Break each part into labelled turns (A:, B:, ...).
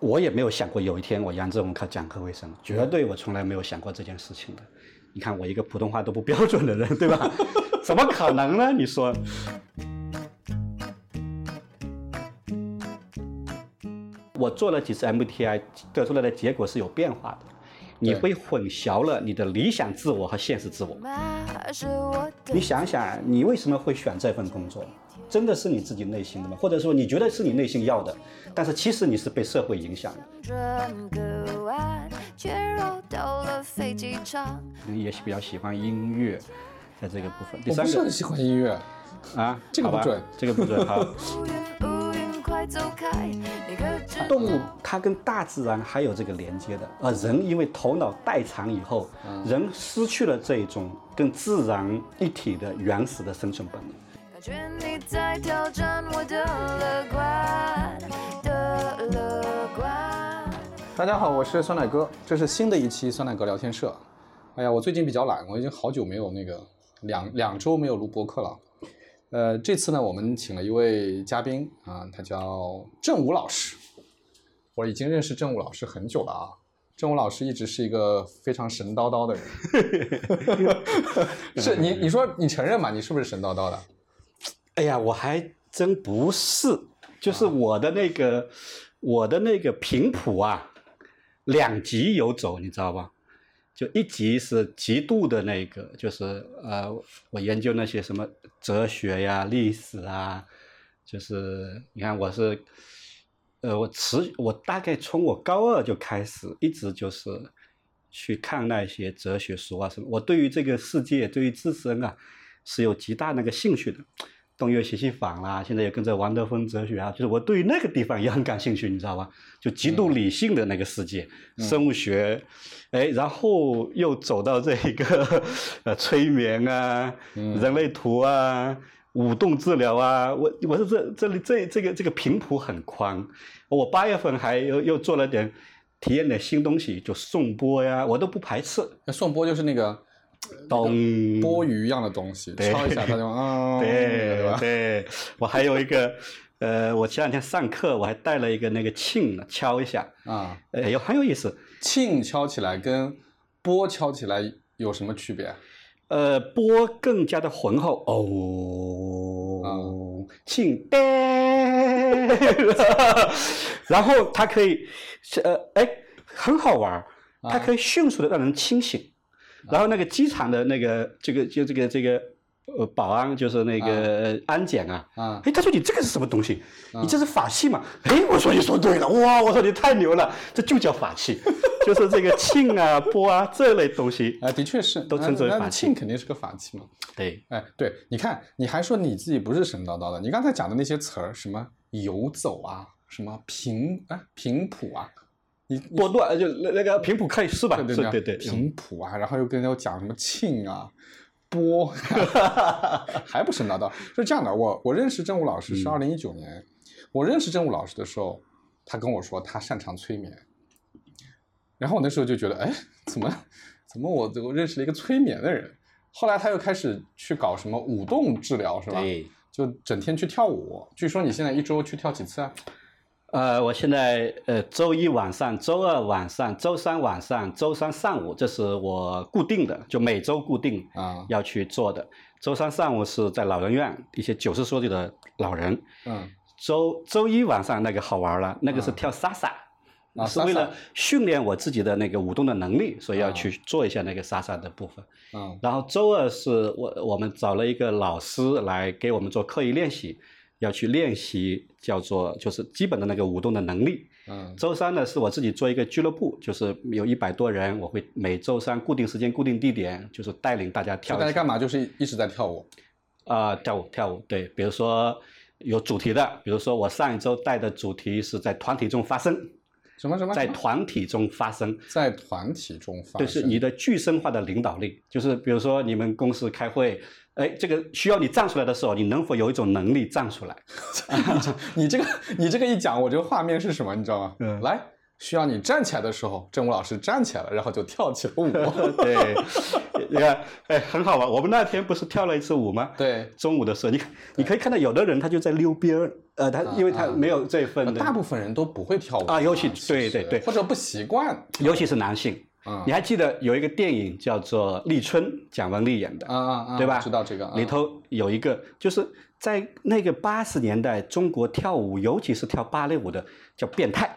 A: 我也没有想过有一天我杨志文课讲课会什么，绝对我从来没有想过这件事情的。你看我一个普通话都不标准的人，对吧？怎么可能呢？你说？我做了几次 MBTI，得出来的结果是有变化的。你会混淆了你的理想自我和现实自我。你想想，你为什么会选这份工作？真的是你自己内心的吗？或者说你觉得是你内心要的，但是其实你是被社会影响的。你也比较喜欢音乐，在这个部分。第
B: 我
A: 三
B: 不是
A: 个
B: 很喜欢音乐，
A: 啊，
B: 这个
A: 好吧
B: 不准
A: 这个不准。 好，动物它跟大自然还有这个连接的，而人因为头脑代偿以后，
B: 嗯
A: 人失去了这种跟自然一体的原始的生存本能。
C: 感觉你在挑战我的乐观的乐观。
B: 大家好，我是酸奶哥，这是新的一期酸奶哥聊天社。哎呀，我最近比较懒，我已经好久没有那个两两周没有录播客了。呃，这次呢，我们请了一位嘉宾啊，他叫郑武老师。我已经认识郑武老师很久了啊，郑武老师一直是一个非常神叨叨的人。 是你，你说你承认吧？你是不是神叨叨的？
A: 哎呀，我还真不是，就是我的那个、我的那个频谱啊，两级游走，你知道吧？就一级是极度的那个，就是呃，我研究那些什么哲学呀、历史啊，就是你看我是，呃，我持我大概从我高二就开始，一直就是去看那些哲学书啊什么。我对于这个世界，对于自身啊，是有极大那个兴趣的。东岳习气坊啦，现在也跟着王德芬哲学啊，就是我对于那个地方也很感兴趣，你知道吧？就极度理性的那个世界，
B: 嗯
A: 生物学，哎，然后又走到这一个 呃催眠啊、
B: 嗯
A: 人类图啊、舞动治疗啊，我我是这这里这这个这个频谱很宽，我八月份还又又做了点体验点新东西，就颂钵呀，我都不排斥。
B: 那颂钵就是那个
A: 咚，
B: 钵盂一样的东西，
A: 对
B: 敲一下它就啊，对
A: 对
B: 吧？
A: 对，我还有一个， 呃，我前两天上课我还带了一个那个磬呢，敲一下，
B: 啊，
A: 哎呦，很有意思。
B: 磬敲起来跟波敲起来有什么区别？
A: 呃，波更加的浑厚哦，磬呗， 然后它可以，是呃，哎，很好玩儿，它可以迅速的让人清醒。然后那个机场的那个这个就这个这个呃保安就是那个安检啊，
B: 啊
A: 哎，他说你这个是什么东西？你这是法器嘛？哎，我说你说对了，哇，我说你太牛了，这就叫法器，就是这个磬啊、钵啊这类东西。
B: 啊，的确是，
A: 都
B: 那
A: 称之为
B: 那
A: 法器
B: 磬肯定是个法器嘛。
A: 对，
B: 哎，对，你看，你还说你自己不是神叨叨的，你刚才讲的那些词儿，什么游走啊，什么平啊平谱啊，你你
A: 波段呃就那那个频谱可以是吧？
B: 对
A: 是对
B: 对
A: 对，嗯
B: 平谱啊，然后又跟人家讲什么磬啊。波啊 还不神叨叨，是这样的，我我认识郑武老师
A: 嗯
B: 是二零一九年，我认识郑武老师的时候，他跟我说他擅长催眠，然后我那时候就觉得，哎，怎么怎么我我认识了一个催眠的人？后来他又开始去搞什么舞动治疗，是吧？
A: 对。
B: 就整天去跳舞。据说你现在一周去跳几次啊？
A: 呃，我现在呃，周一晚上、周二晚上、周三晚上、周三上午，这是我固定的，就每周固定
B: 啊
A: 要去做的。周三上午是在老人院一些九十多岁的老人，
B: 嗯，
A: 周周一晚上那个好玩了，那个是
B: 啊
A: 跳莎莎。
B: 啊
A: 是为
B: salsa
A: 了训练我自己的那个舞动的能力，所以要
B: 啊
A: 去做一下那个莎莎的部分。
B: 嗯
A: 然后周二是我我们找了一个老师来给我们做刻意练习，要去练习叫做就是基本的那个舞动的能力。
B: 嗯
A: 周三呢是我自己做一个俱乐部，就是有一百多人，我会每周三固定时间、固定地点，就是带领大家跳一
B: 就大家
A: 下。
B: 干嘛？就是一直在跳舞。
A: 啊、跳舞跳舞，对，比如说有主题的，比如说我上一周带的主题是在团体中发生，
B: 什么什么？
A: 在
B: 什么
A: 团体中发生，
B: 在团体中发生。
A: 就是你的具身化的领导力，就是比如说你们公司开会，哎，这个需要你站出来的时候，你能否有一种能力站出来？
B: 你这个你这个一讲，我这个画面是什么？你知道吗？
A: 嗯
B: 来，需要你站起来的时候，郑武老师站起来了，然后就跳起了 舞。
A: 对，你看，哎，很好玩。我们那天不是跳了一次舞吗？
B: 对，
A: 中午的时候，你看，你可以看到有的人他就在溜边儿，呃，他因为他没有这份的
B: 啊呃大部分人都不会跳舞
A: 啊尤其
B: 其
A: 对
B: 实
A: 对对
B: 或者不习惯
A: 尤其是男性。
B: 嗯
A: 你还记得有一个电影叫做《立春》，蒋雯丽演的
B: 啊啊啊，
A: 对吧
B: 知道这个啊
A: 里头有一个，就是在那个八十年代，中国跳舞，尤其是跳芭蕾舞的叫变态。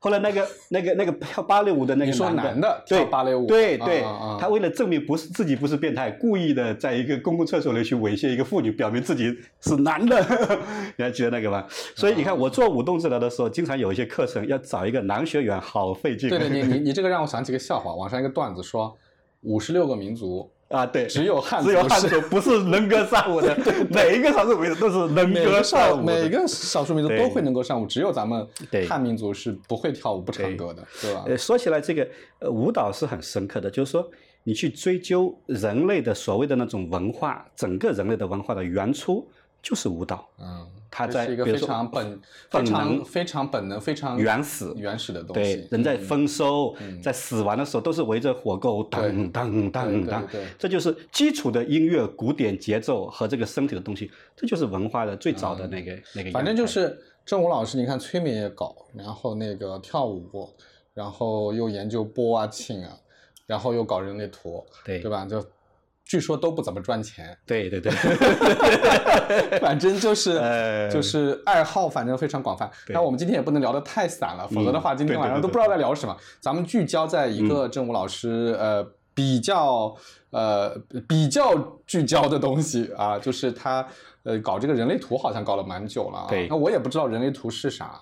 A: 后来那 个那个那个跳芭蕾舞的那个
B: 你说
A: 男
B: 男的
A: 对
B: 跳芭蕾舞
A: 对
B: 啊
A: 对
B: 啊啊，
A: 他为了证明不是自己不是变态，故意的在一个公共厕所里去猥亵一个妇女，表明自己是男的。 你还记得那个吗？所以你
B: 啊
A: 看，我做舞动治疗的时候，经常有一些课程要找一个男学员，好费劲。
B: 对对，你你你这个让我想起个笑话，网上一个段子说，五十六个民族
A: 啊，对，
B: 只有汉族
A: 只有汉
B: 是
A: 族不是能歌善舞 的，每一个少数民族都是能
B: 每
A: 歌
B: 个
A: 善
B: 少
A: 舞的，
B: 每个少数民族
A: 对
B: 都会能够上舞，只有咱们
A: 对
B: 汉民族是不会跳舞、不唱歌的，对吧？
A: 呃，说起来这个呃舞蹈是很深刻的，就是说你去追究人类的所谓的那种文化，整个人类的文化的原初就是舞蹈，
B: 嗯，
A: 它
B: 这
A: 在
B: 是一个
A: 比如
B: 非
A: 说
B: 常本、
A: 本
B: 非常
A: 能
B: 非常本能、非常
A: 原始
B: 原始的东
A: 对
B: 西，。
A: 人在丰收、
B: 嗯
A: 在死亡的时候都是围着火篝当当当
B: 对对
A: 当，
B: 对
A: 这就是基础的音乐、古典节奏和这个身体的东西，这就是文化的最早的那个、那个样态。
B: 反正就是郑武老师，你看催眠也搞，然后那个跳舞，然后又研究波啊、庆啊，然后又搞人类图，
A: 对
B: 对吧？就据说都不怎么赚钱，
A: 对对对，
B: 反正就是、
A: 呃
B: 就是爱好，反正非常广泛。
A: 对
B: 那我们今天也不能聊得太散了，否则的话，
A: 嗯
B: 今天晚上
A: 对对对嗯
B: 都不知道在聊什么。咱们聚焦在一个郑武老师、呃比较呃比较聚焦的东西啊，就是他呃搞这个人类图好像搞了蛮久了、啊。
A: 对
B: 那我也不知道人类图是啥，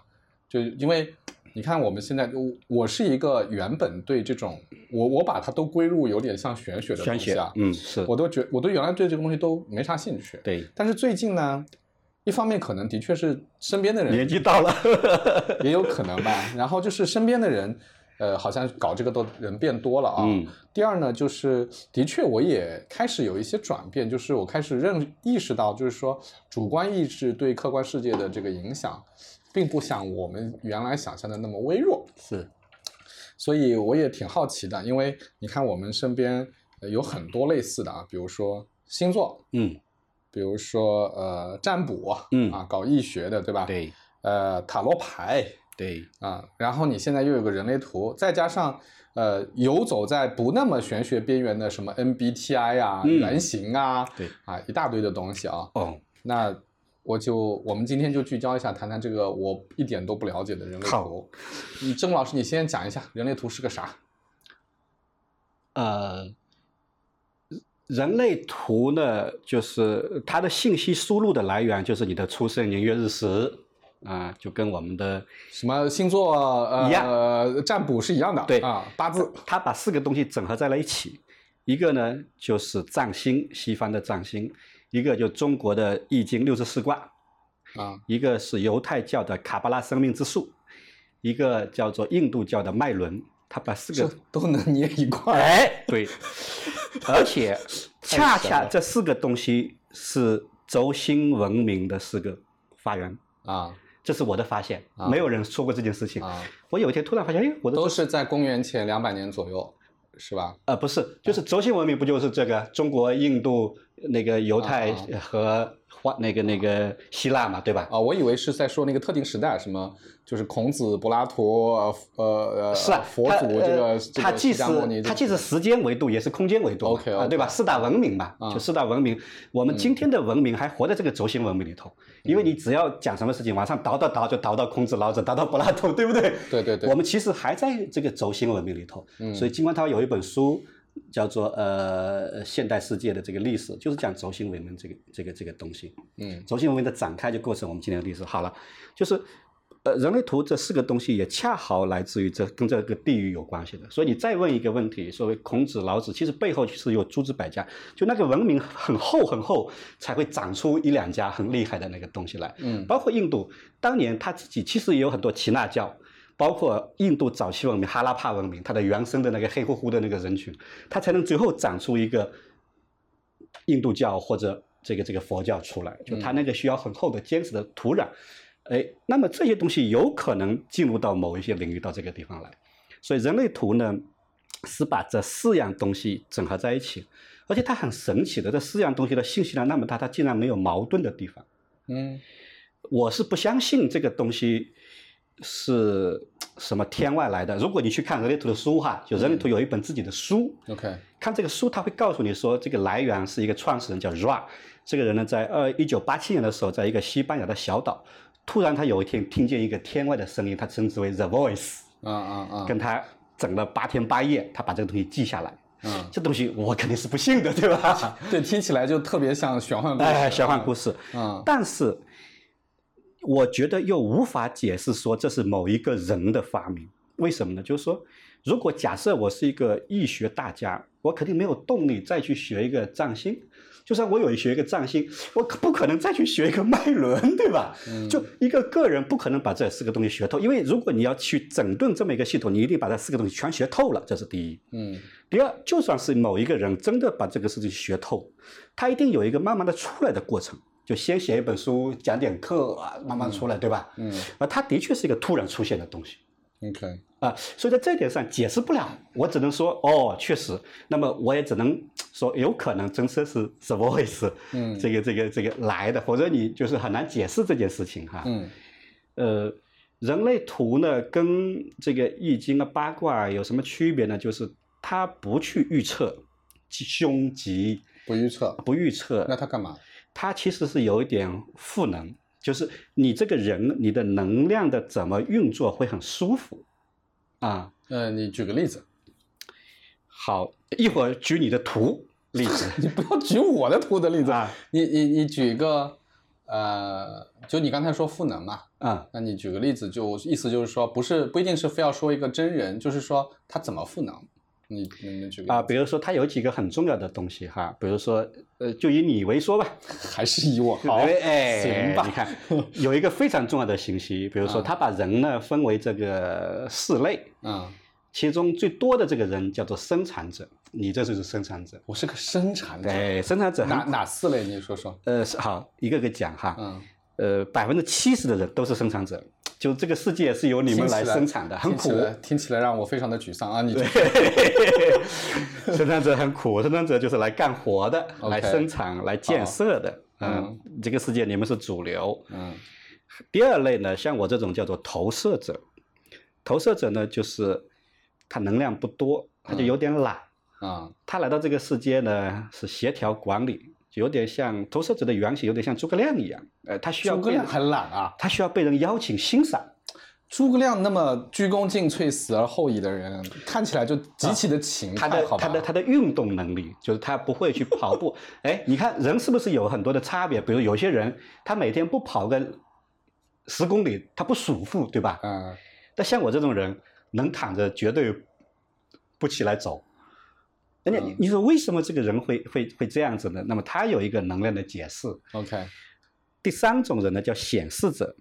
B: 就因为。你看，我们现在我我是一个原本对这种我我把它都归入有点像玄学的东
A: 玄
B: 西
A: 学
B: 啊，，
A: 嗯是，
B: 我都觉我对原来对这个东西都没啥兴趣，
A: 对，
B: 但是最近呢，一方面可能的确是身边的
A: 年
B: 人
A: 纪到了，
B: 也有可能吧，然后就是身边的人，呃，好像搞这个的人变多了啊。
A: 嗯
B: 第二呢，就是的确我也开始有一些转变，就是我开始认意识到，就是说主观意志对客观世界的这个影响，并不像我们原来想象的那么微弱。
A: 是，
B: 所以我也挺好奇的，因为你看我们身边呃有很多类似的啊，比如说星座，
A: 嗯
B: 比如说呃占卜，
A: 嗯
B: 啊，搞易学的，对吧？，
A: 对
B: 呃塔罗牌
A: 对
B: 啊，然后你现在又有个人类图，再加上呃游走在不那么玄学边缘的什么 MBTI 啊、
A: 嗯
B: 原型啊，
A: 对
B: 啊一大堆的东西啊，
A: 哦，
B: 那。我就我们今天就聚焦一下，谈谈这个我一点都不了解的人类
A: 好
B: 图。你郑老师，你先讲一下人类图是个啥？
A: 呃，人类图呢，就是它的信息输入的来源就是你的出生年月日时啊、就跟我们的
B: 什么星座呃
A: 一样
B: 呃占卜是一样的，
A: 对
B: 啊八字，
A: 它把四个东西整合在了一起，一个呢就是占星，西方的占星，一个就中国的易经六十四卦，
B: 啊
A: 一个是犹太教的卡巴拉生命之树，一个叫做印度教的脉轮，它把四
B: 这
A: 个
B: 都能捏一块儿。
A: 哎，对，而 且恰
B: 神
A: 恰
B: 了
A: 这四个东西是轴心文明的四个发源，
B: 啊
A: 这是我的发现，
B: 啊
A: 没有人说过这件事情。
B: 啊，
A: 我有一天突然发现，哎，我的
B: 都是在公元前两百年左右，是吧？
A: 呃不是，就是
B: 啊
A: 轴心文明不就是这个中国、印度、那个犹太
B: 啊
A: 和花那个那个希腊嘛，对吧？
B: 啊，我以为是在说那个特定时代，什么就是孔子、柏拉图、呃呃
A: 是啊，
B: 佛
A: 它
B: 祖
A: 呃
B: 这个这
A: 它
B: 个
A: 既
B: 释
A: 是
B: 迦牟尼这个，
A: 它既是时间维度，也是空间维度嘛
B: OK，OK
A: 啊，对吧？四大文明嘛，
B: 啊
A: 就四大文明，我们今天的文明还活在这个轴心文明里头，
B: 嗯
A: 因为你只要讲什么事情，往上倒倒倒就倒到孔子、老子，倒到柏拉图，对不对？
B: 对对对嗯
A: 我们其实还在这个轴心文明里头，所以金观涛有一本书。叫做呃现代世界的这个历史，就是讲轴心文明这个这个这个东西。
B: 嗯
A: 轴心文明的展开就构成我们今天的历史。好了，就是呃，人类图这四个东西也恰好来自于这跟这个地域有关系的。所以你再问一个问题，所谓孔子、老子，其实背后是有诸子百家，就那个文明很厚很厚，才会长出一两家很厉害的那个东西来。
B: 嗯
A: 包括印度，当年他自己其实也有很多耆那教，包括印度早期文明哈拉帕文明，它的原生的那个黑乎乎的那个人群，它才能最后长出一个印度教或者这个这个佛教出来，就它那个需要很厚的坚实的土壤。哎，那么这些东西有可能进入到某一些领域到这个地方来，所以人类图呢是把这四样东西整合在一起，而且它很神奇的，这四样东西的信息量那么大，它竟然没有矛盾的地方。
B: 嗯
A: 我是不相信这个东西是什么天外来的。如果你去看人类图的书哈，就人类图有一本自己的书，
B: OK，
A: 看这个书，它会告诉你说，这个来源是一个创始人叫 Ra，这个人呢，在二一九八七年的时候，在一个西班牙的小岛，突然他有一天听见一个天外的声音，他称之为 The Voice，
B: 啊啊啊，
A: 跟他整了八天八夜，他把这个东西记下来。
B: 嗯，
A: 这东西我肯定是不信的，对吧？
B: 对，听起来就特别像玄幻故事。
A: 哎，玄幻故事。
B: 嗯
A: 但是我觉得又无法解释说这是某一个人的发明，为什么呢？就是说，如果假设我是一个易学大家，我肯定没有动力再去学一个占星。就算我有学一个占星，我可不可能再去学一个脉轮，对吧？就一个个人不可能把这四个东西学透，因为如果你要去整顿这么一个系统，你一定把这四个东西全学透了，这是第一。
B: 嗯
A: 第二，就算是某一个人真的把这个事情学透，他一定有一个慢慢的出来的过程，就先写一本书，讲点课啊，慢慢出来，对吧？
B: 嗯
A: 啊，他的确是一个突然出现的东西
B: ，OK，
A: 啊，所以在这一点上解释不了，我只能说哦，确实，那么我也只能说有可能真是是怎么回事，
B: 嗯
A: 这个这个这个来的，否则你就是很难解释这件事情哈。
B: 嗯
A: 呃，人类图呢跟这个易经啊八卦有什么区别呢？就是它不去预测凶吉，
B: 不预测，
A: 不预
B: 那
A: 测，
B: 他干嘛？
A: 它其实是有一点赋能，就是你这个人你的能量的怎么运作会很舒服啊。
B: 呃，你举个例子，
A: 好，一会儿举你的图例子
B: 你不要举我的图的例子，
A: 啊
B: 你你你举一个，呃，就你刚才说赋能嘛，
A: 啊，
B: 那你举个例子就，意思就是说，不是不一定是非要说一个真人，就是说他怎么赋能，你你你举个
A: 啊，
B: 例子
A: 比如说它有几个很重要的东西哈，比如说呃，就以你为说吧，
B: 还是 以我好，
A: 哎哎，
B: 行吧，
A: 你看，有一个非常重要的信息，比如说
B: 啊
A: 他把人呢分为这个四类，
B: 嗯，
A: 其中最多的这个人叫做生产者，你这就是生产者。
B: 我是个生产者，
A: 对，生产者很
B: 哪哪四类？你说说，
A: 呃是好一个个讲哈，
B: 嗯，
A: 呃百分之七十的人都是生产者，就这个世界是由 你们
B: 听起
A: 来生 产的，很
B: 听起
A: 苦。
B: 来听起来让我非常的沮丧啊！你 这
A: 生产者很苦，生产者就是来干活的，
B: OK
A: 来生产、来建设的。
B: 嗯
A: 嗯，这个世界你们是主流。
B: 嗯
A: 第二类呢，像我这种叫做投射者，投射者呢就是他能量不多，他
B: 嗯
A: 就有点懒，
B: 啊
A: 他来到这个世界呢是协调管理，就有点像投射者的原型，有点像诸葛亮一样，呃，他需要
B: 诸葛
A: 被
B: 亮
A: 人
B: 还懒啊！
A: 他需要被人邀请欣赏。
B: 诸葛亮那么鞠躬尽瘁、死而后已的人，看起来就极其的勤
A: 啊他
B: 快，
A: 的
B: 嗯好吧？
A: 他的他的运动能力，就是他不会去跑步。 哎，你看人是不是有很多的差别？比如有些人他每天不跑个十公里，他不舒服，对吧？
B: 嗯
A: 但像我这种人，能躺着绝对不起来走。人家
B: 嗯
A: 你说为什么这个人会会会这样子呢？那么他有一个能量的解释。
B: ，OK，
A: 第三种人呢叫显示者，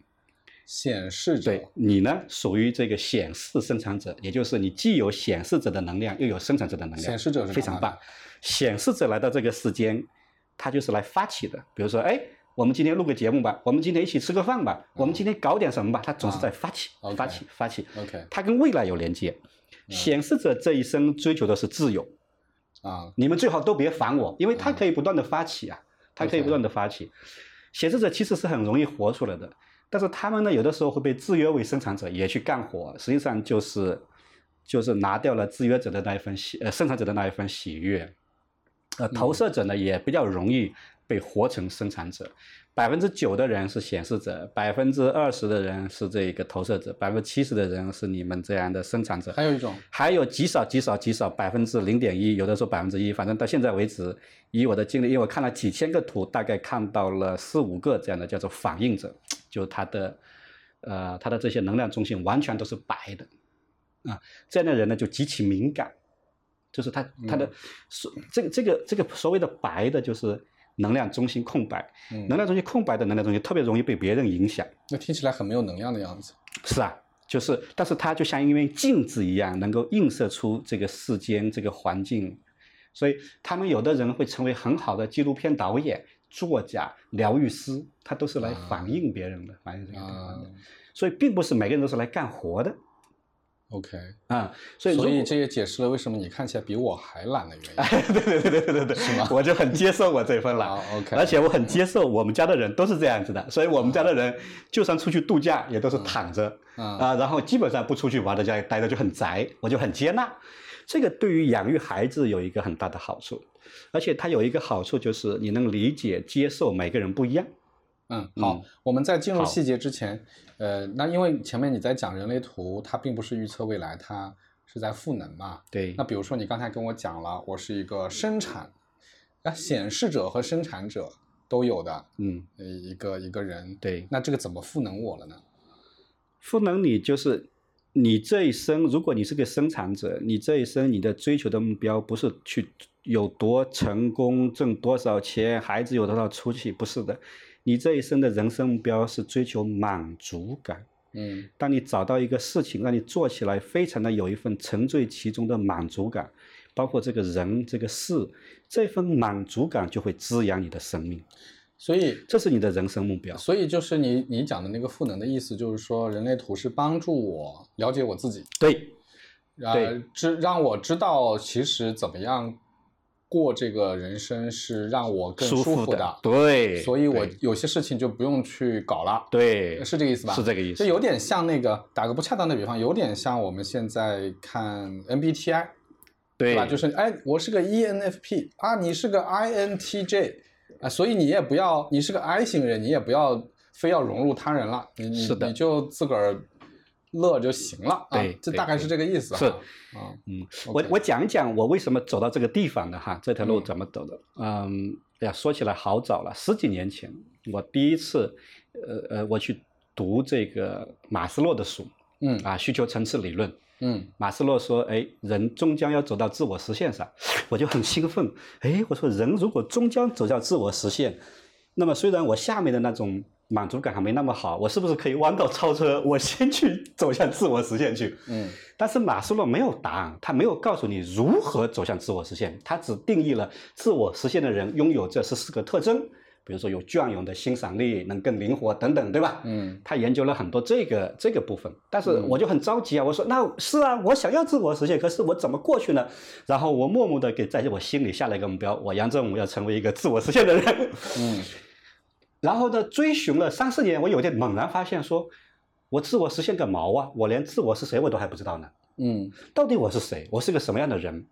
B: 显示者
A: 对你呢属于这个显示生产者，也就是你既有显示者的能量，又有生产者的能量。
B: 显示者是
A: 非
B: 干嘛
A: 常
B: 的
A: 棒。显示者来到这个世间，他就是来发起的。比如说，哎，我们今天录个节目吧，我们今天一起吃个饭吧，我们今天搞点什么吧，他总是在发起、
B: 嗯啊 OK
A: 发起、发起。
B: ，OK
A: 他跟未来有连接。显示者这一生追求的是自由，
B: 啊，
A: 你们最好都别烦我，因为他可以不断的发起啊，他可以
B: OK
A: 不断的发起。显示者其实是很容易活出来的，但是他们呢，有的时候会被制约为生产者也去干活，实际上就是就是拿掉了制约者的那一份喜，呃，生产者的那一份喜悦。呃，投射者呢也比较容易被活成生产者，百分之九的人是显示者，百分之二十的人是这个投射者，百分之七十的人是你们这样的生产者。
B: 还有一种
A: 还有极少极少极少百分之零点一，有的时候百分之一，反正到现在为止，以我的经历，因为我看了几千个图，大概看到了四五个这样的叫做反应者，就是他的，呃，他的这些能量中心完全都是白的，啊，这样的人呢就极其敏感，就是他他的所、这个这个这个所谓的白的，就是能量中心空白，
B: 嗯
A: 能量中心空白的能量中心特别容易被别人影响。
B: 那听起来很没有能量的样子。
A: 是啊，就是，但是它就像一面镜子一样，能够映射出这个世间这个环境，所以他们有的人会成为很好的纪录片导演、作家、疗愈师，他都是来
B: 啊
A: 反映别人的，反映这个地方的。
B: 嗯
A: 所以并不是每个人都是来干活的，
B: OK，
A: 啊、所以如
B: 所
A: 果
B: 以这也解释了为什么你看起来比我还懒的原 因。
A: 对对对对对对对，
B: 是吗
A: 我就很接受我这份懒
B: 好，，OK，
A: 而且我很接受我们家的人都是这样子的，所以我们家的人就算出去度假也都是躺着
B: 嗯
A: 啊、然后基本上不出去玩，在家里待着就很宅，我就很接纳。这个对于养育孩子有一个很大的好处，而且它有一个好处就是你能理解、接受每个人不一样。
B: 嗯，好，
A: 嗯
B: 我们在进入
A: 好
B: 细节之前，呃，那因为前面你在讲人类图，它并不是预测未来，它是在赋能嘛。
A: 对
B: 那比如说你刚才跟我讲了，我是一个生产，那显示者和生产者都有的
A: 嗯，
B: 呃一个一个人，
A: 对，
B: 那这个怎么赋能我了呢？嗯
A: 赋能你就是你这一生，如果你是个生产者，你这一生你的追求的目标不是去有多成功、挣多少钱、孩子有多少出息，不是的。你这一生的人生目标是追求满足感。
B: 嗯
A: 当你找到一个事情，让你做起来非常的有一份沉醉其中的满足感，包括这个人、这个事，这份满足感就会滋养你的生命，
B: 所以
A: 这是你的人生目标。
B: 所以就是你你讲的那个赋能的意思，就是说人类图是帮助我了解我自己，
A: 对，
B: 呃，
A: 对
B: 知让我知道其实怎么样过这个人生是让我更舒
A: 服
B: 服
A: 的，对，
B: 所以我
A: 对
B: 有些事情就不用去搞了，
A: 对，
B: 是这个意思吧？
A: 是这个意思
B: 就有点像那个打个不恰当的比方，有点像我们现在看 MBTI，
A: 对
B: 对吧？就是哎，我是个 ENFP 啊，你是个 INTJ 啊，所以你也不要，你是个 I 型人，你也不要非要融入他人了，你你
A: 是的
B: 你就自个儿乐就行了啊
A: 对，
B: 这
A: 对
B: 大概是这个意思啊。
A: 是
B: 啊，
A: 嗯，我
B: OK
A: 我讲一讲我为什么走到这个地方的哈，这条路
B: 嗯
A: 怎么走的？嗯，哎呀，说起来好早了，十几年前，我第一次，呃呃，我去读这个马斯洛的书
B: 嗯
A: 啊，需求层次理论。
B: 嗯
A: 马斯洛说：“哎，人终将要走到自我实现上。”我就很兴奋。哎，我说人如果终将走到自我实现，那么虽然我下面的那种满足感还没那么好，我是不是可以弯道超车？我先去走向自我实现去？
B: 嗯
A: 但是马斯洛没有答案，他没有告诉你如何走向自我实现，他只定义了自我实现的人拥有这十四个特征，比如说有隽永的欣赏力，能更灵活等等，对吧？
B: 嗯
A: 他研究了很多这个这个部分，但是我就很着急啊，我说那是啊，我想要自我实现，可是我怎么过去呢？然后我默默的给在我心里下了一个目标，我杨振武要成为一个自我实现的人。
B: 嗯
A: 然后呢，追寻了三四年，我有一天猛然发现说，我自我实现个毛啊，我连自我是谁我都还不知道呢。
B: 嗯
A: 到底我是谁，我是个什么样的人。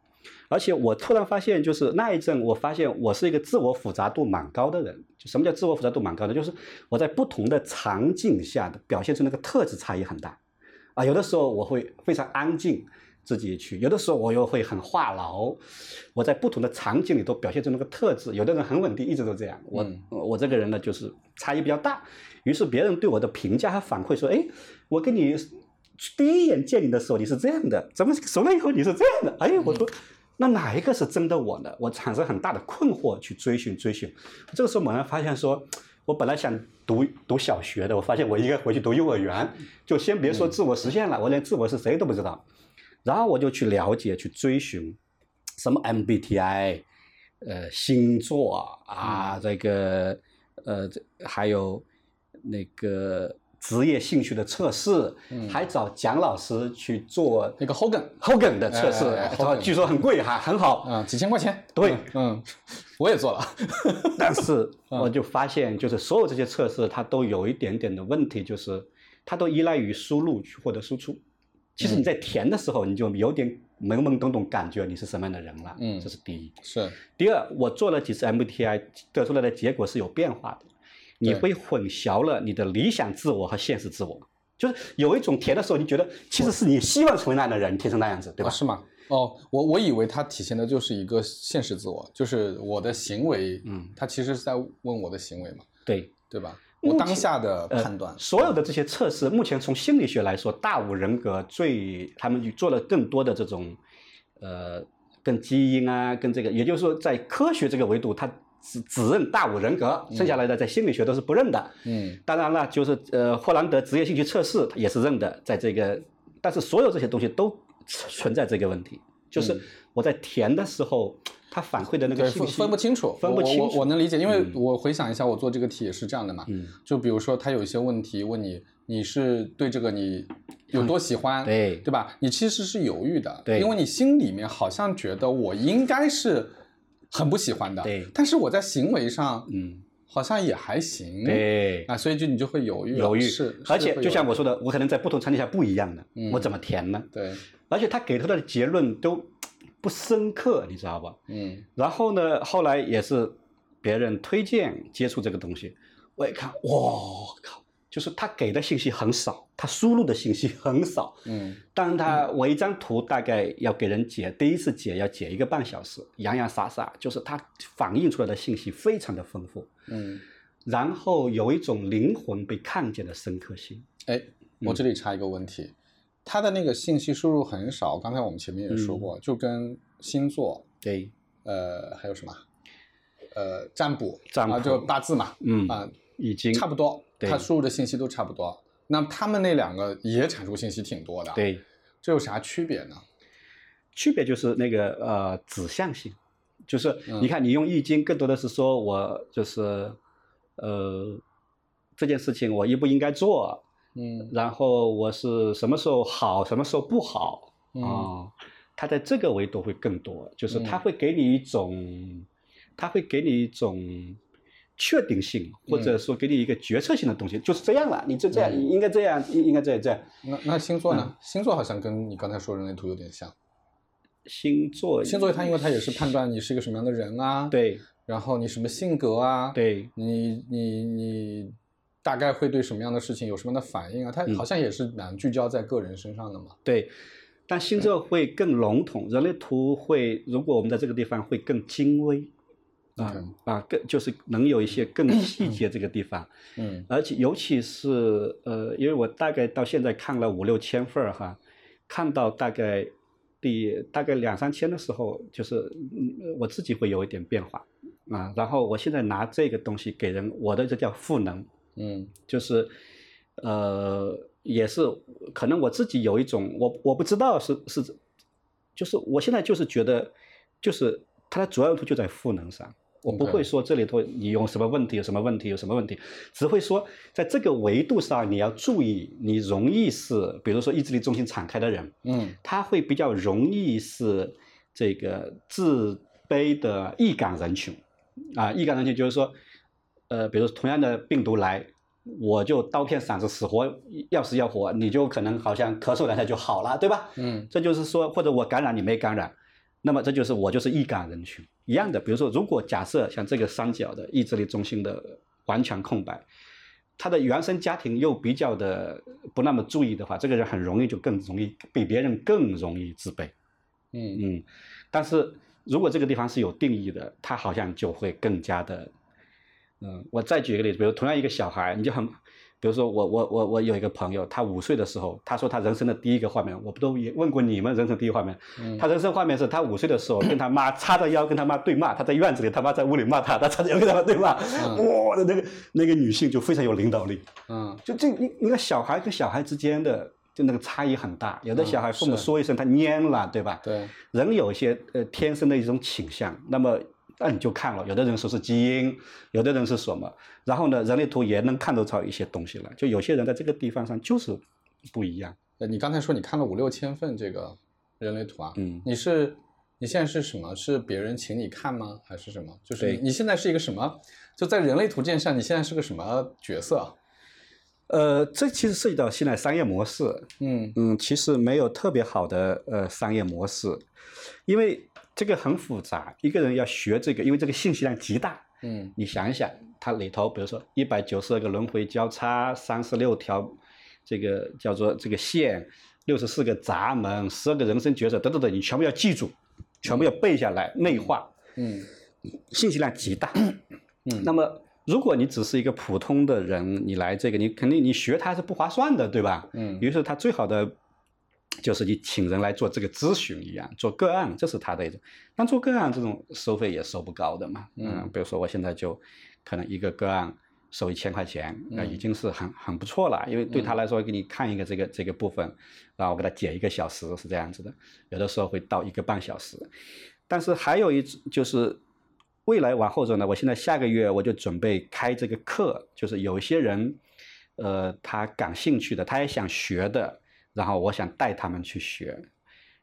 A: 而且我突然发现，就是那一阵，我发现我是一个自我复杂度蛮高的人。就什么叫自我复杂度蛮高的？就是我在不同的场景下的表现出那个特质差异很大。啊，有的时候我会非常安静自己去，有的时候我又会很话痨。我在不同的场景里都表现出那个特质。有的人很稳定，一直都这样。我、
B: 嗯
A: 我这个人呢，就是差异比较大。于是别人对我的评价和反馈说：“哎，我跟你第一眼见你的时候你是这样的，怎么熟了以后你是这样的？”哎，我说。那哪一个是真的我呢？我产生很大的困惑，去追寻追寻。这个时候猛然发现说，我本来想读读小学的，我发现我应该回去读幼儿园，就先别说自我实现了，我连自我是谁都不知道。然后我就去了解、去追寻，什么 MBTI，呃，星座啊，
B: 嗯
A: 这个呃，这还有那个职业兴趣的测试，
B: 嗯
A: 还找蒋老师去做
B: 那个 Hogan
A: ，Hogan 的测试，
B: 哎哎哎
A: 然后
B: Hogan
A: 据说很贵哈，很好。
B: 啊，几千块钱。
A: 对
B: 嗯，嗯，我也做了。
A: 但是
B: 嗯
A: 我就发现，就是所有这些测试，它都有一点点的问题，就是它都依赖于输入去获得输出。其实你在填的时候，你就有点懵懵懂懂，感觉你是什么样的人了。
B: 嗯
A: 这是第一。
B: 是，
A: 第二，我做了几次 MBTI，得出来的结果是有变化的。你
B: 对
A: 会混淆了你的理想自我和现实自我，就是有一种填的时候，你觉得其实是你希望成为那样的人，填成那样子，对吧
B: 啊？是吗？哦，我我以为它体现的就是一个现实自我，就是我的行为，
A: 嗯，
B: 它其实是在问我的行为嘛，
A: 对，
B: 对吧？
A: 目
B: 我
A: 前
B: 当下的判断
A: 呃。所有的这些测试，目前从心理学来说，大五人格最他们做了更多的这种，呃，跟基因啊，跟这个，也就是说，在科学这个维度，它只只认大五人格，剩下来的在心理学都是不认的。
B: 嗯
A: 当然了，就是呃，霍兰德职业兴趣测试也是认的，在这个，但是所有这些东西都存在这个问题，就是
B: 嗯
A: 我在填的时候，它反馈的那个
B: 对，
A: 信
B: 分
A: 息
B: 分不清楚，
A: 分不
B: 我
A: 清
B: 我
A: 楚
B: 我能理解，因为
A: 嗯
B: 我回想一下，我做这个题也是这样的嘛。
A: 嗯
B: 就比如说，他有一些问题问你，你是对这个你有多喜欢，
A: 对
B: 对吧？你其实是犹豫的，
A: 对
B: 因为你心里面好像觉得我应该是很不喜欢的，
A: 对
B: 但是我在行为上
A: 嗯，
B: 好像也还行，，
A: 对，
B: 啊，所以就你就会犹豫了，
A: 犹豫
B: 是，，
A: 而
B: 是
A: 且
B: 会
A: 就
B: 犹
A: 像
B: 豫
A: 我说的，我可能在不同场景下不一样的，
B: 嗯
A: 我怎么填呢？
B: 对，
A: 而且他给出的结论都不深刻，你知道吧？
B: 嗯
A: 然后呢，后来也是别人推荐接触这个东西，我一看，我靠，就是他给的信息很少，他输入的信息很少。
B: 嗯
A: 当他我一张图大概要给人解，第一次解要解一个半小时，洋洋洒洒，就是他反映出来的信息非常的丰富，
B: 嗯，
A: 然后有一种灵魂被看见的深刻性。
B: 哎，
A: 嗯
B: 我这里插一个问题，它的那个信息输入很少，刚才我们前面也说
A: 嗯
B: 过，就跟星座，
A: 对，
B: 呃，还有什么？呃，占卜，
A: 占
B: 啊，
A: 卜
B: 就八字嘛，
A: 嗯，
B: 啊、
A: 已经
B: 差不多，
A: 对
B: 它输入的信息都差不多。那他们那两个也产出信息挺多的，，
A: 对，
B: 这有啥区别呢？
A: 区别就是那个呃指向性，就是
B: 嗯
A: 你看你用易经，更多的是说我就是呃这件事情我应不应该做，
B: 嗯
A: 然后我是什么时候好，什么时候不好啊、
B: 嗯
A: 它在这个维度会更多，就是它
B: 嗯
A: 会给你一种，它会给你一种。确定性，或者说给你一个决策性的东西，就是这样了，你就这样，
B: 嗯
A: 你应该这样，应应该这样这样。
B: 那那星座
A: 嗯
B: 呢？星座好像跟你刚才说的那图有点像。
A: 星座，
B: 星座它因为它也是判断你是一个什么样的人啊，，
A: 对
B: 然后你什么性格啊，，
A: 对，
B: 你你你大概会对什么样的事情有什么样的反应啊？它
A: 嗯
B: 好像也是蛮聚焦在个人身上的嘛。
A: 对，但星座会更笼统，人类图会，如果我们在这个地方会更精微，啊
B: OK
A: 啊，更就是能有一些更细节这个地方，
B: 嗯
A: 而且尤其是呃，因为我大概到现在看了五六千份儿哈，看到大概第大概两三千的时候，就是嗯我自己会有一点变化啊，然后我现在拿这个东西给人，我的这叫赋能，
B: 嗯
A: 就是呃，也是可能我自己有一种，我我不知道是是，就是我现在就是觉得，就是它的主要用途就在赋能上。我不
B: OK
A: 会说这里头你有什么问题，有什么问题，有什么问题，只会说在这个维度上你要注意，你容易是，比如说意志力中心敞开的人，
B: 嗯
A: 他会比较容易是这个自卑的易感人群啊，易感人群就是说，呃，比如同样的病毒来，我就刀片嗓子死活要死要活，你就可能好像咳嗽两下就好了，对吧？
B: 嗯
A: 这就是说，或者我感染你没感染，那么这就是我就是易感人群一样的。比如说，如果假设像这个三角的意志力中心的完全空白，他的原生家庭又比较的不那么注意的话，这个人很容易就更容易比别人更容易自卑。
B: 嗯
A: 嗯，但是如果这个地方是有定义的，他好像就会更加的，嗯，我再举一个例子，比如同样一个小孩，你就很，比如说我我我我有一个朋友，他五岁的时候，他说他人生的第一个画面，我不都也问过你们人生第一画面，
B: 嗯
A: 他人生画面是他五岁的时候跟他妈叉着腰跟他妈对骂，他在院子里他妈在屋里骂他，他叉着腰跟他妈对骂，哇，那个那个女性就非常有领导力，
B: 嗯
A: 就这一一个小孩跟小孩之间的就那个差异很大，有的
B: 嗯
A: 小孩父母
B: 是
A: 说一声他蔫了，对吧？
B: 对
A: 人有一些呃天生的一种倾向，那么那你就看了，有的人说是基因，有的人是什么，然后呢，人类图也能看得出一些东西来，就有些人在这个地方上就是不一样，
B: 呃你刚才说你看了五六千份这个人类图啊，
A: 嗯，
B: 你是你现在是什么？是别人请你看吗？还是什么？就是
A: 对
B: 你你现在是一个什么？就在人类图鉴上，你现在是个什么角色啊？
A: 呃，这其实涉及到现在商业模式，
B: 嗯
A: 嗯，其实没有特别好的呃商业模式，因为这个很复杂，一个人要学这个，因为这个信息量极大，
B: 嗯
A: 你想一想，它里头比如说一百九十二个轮回交叉，三十六条这个叫做这个线，六十四个闸门，十二个人生角色等等等，你全部要记住，全部要背下来内化，
B: 嗯
A: 信息量极大。
B: 嗯
A: 那么如果你只是一个普通的人，你来这个，你肯定你学它是不划算的，对吧？
B: 嗯
A: 于是他最好的就是你请人来做这个咨询一样，做个案，这是他的一种。但做个案这种收费也收不高的嘛，
B: 嗯
A: 比如说我现在就可能一个个案收一千块钱，那、已
B: 嗯
A: 经是很很不错了，因为对他
B: 嗯
A: 来说，给你看一个这个这个部分，然后我给他解一个小时是这样子的，有的时候会到一个半小时。但是还有一种就是未来往后走呢，我现在下个月我就准备开这个课，就是有一些人，呃，他感兴趣的，他也想学的，然后我想带他们去学，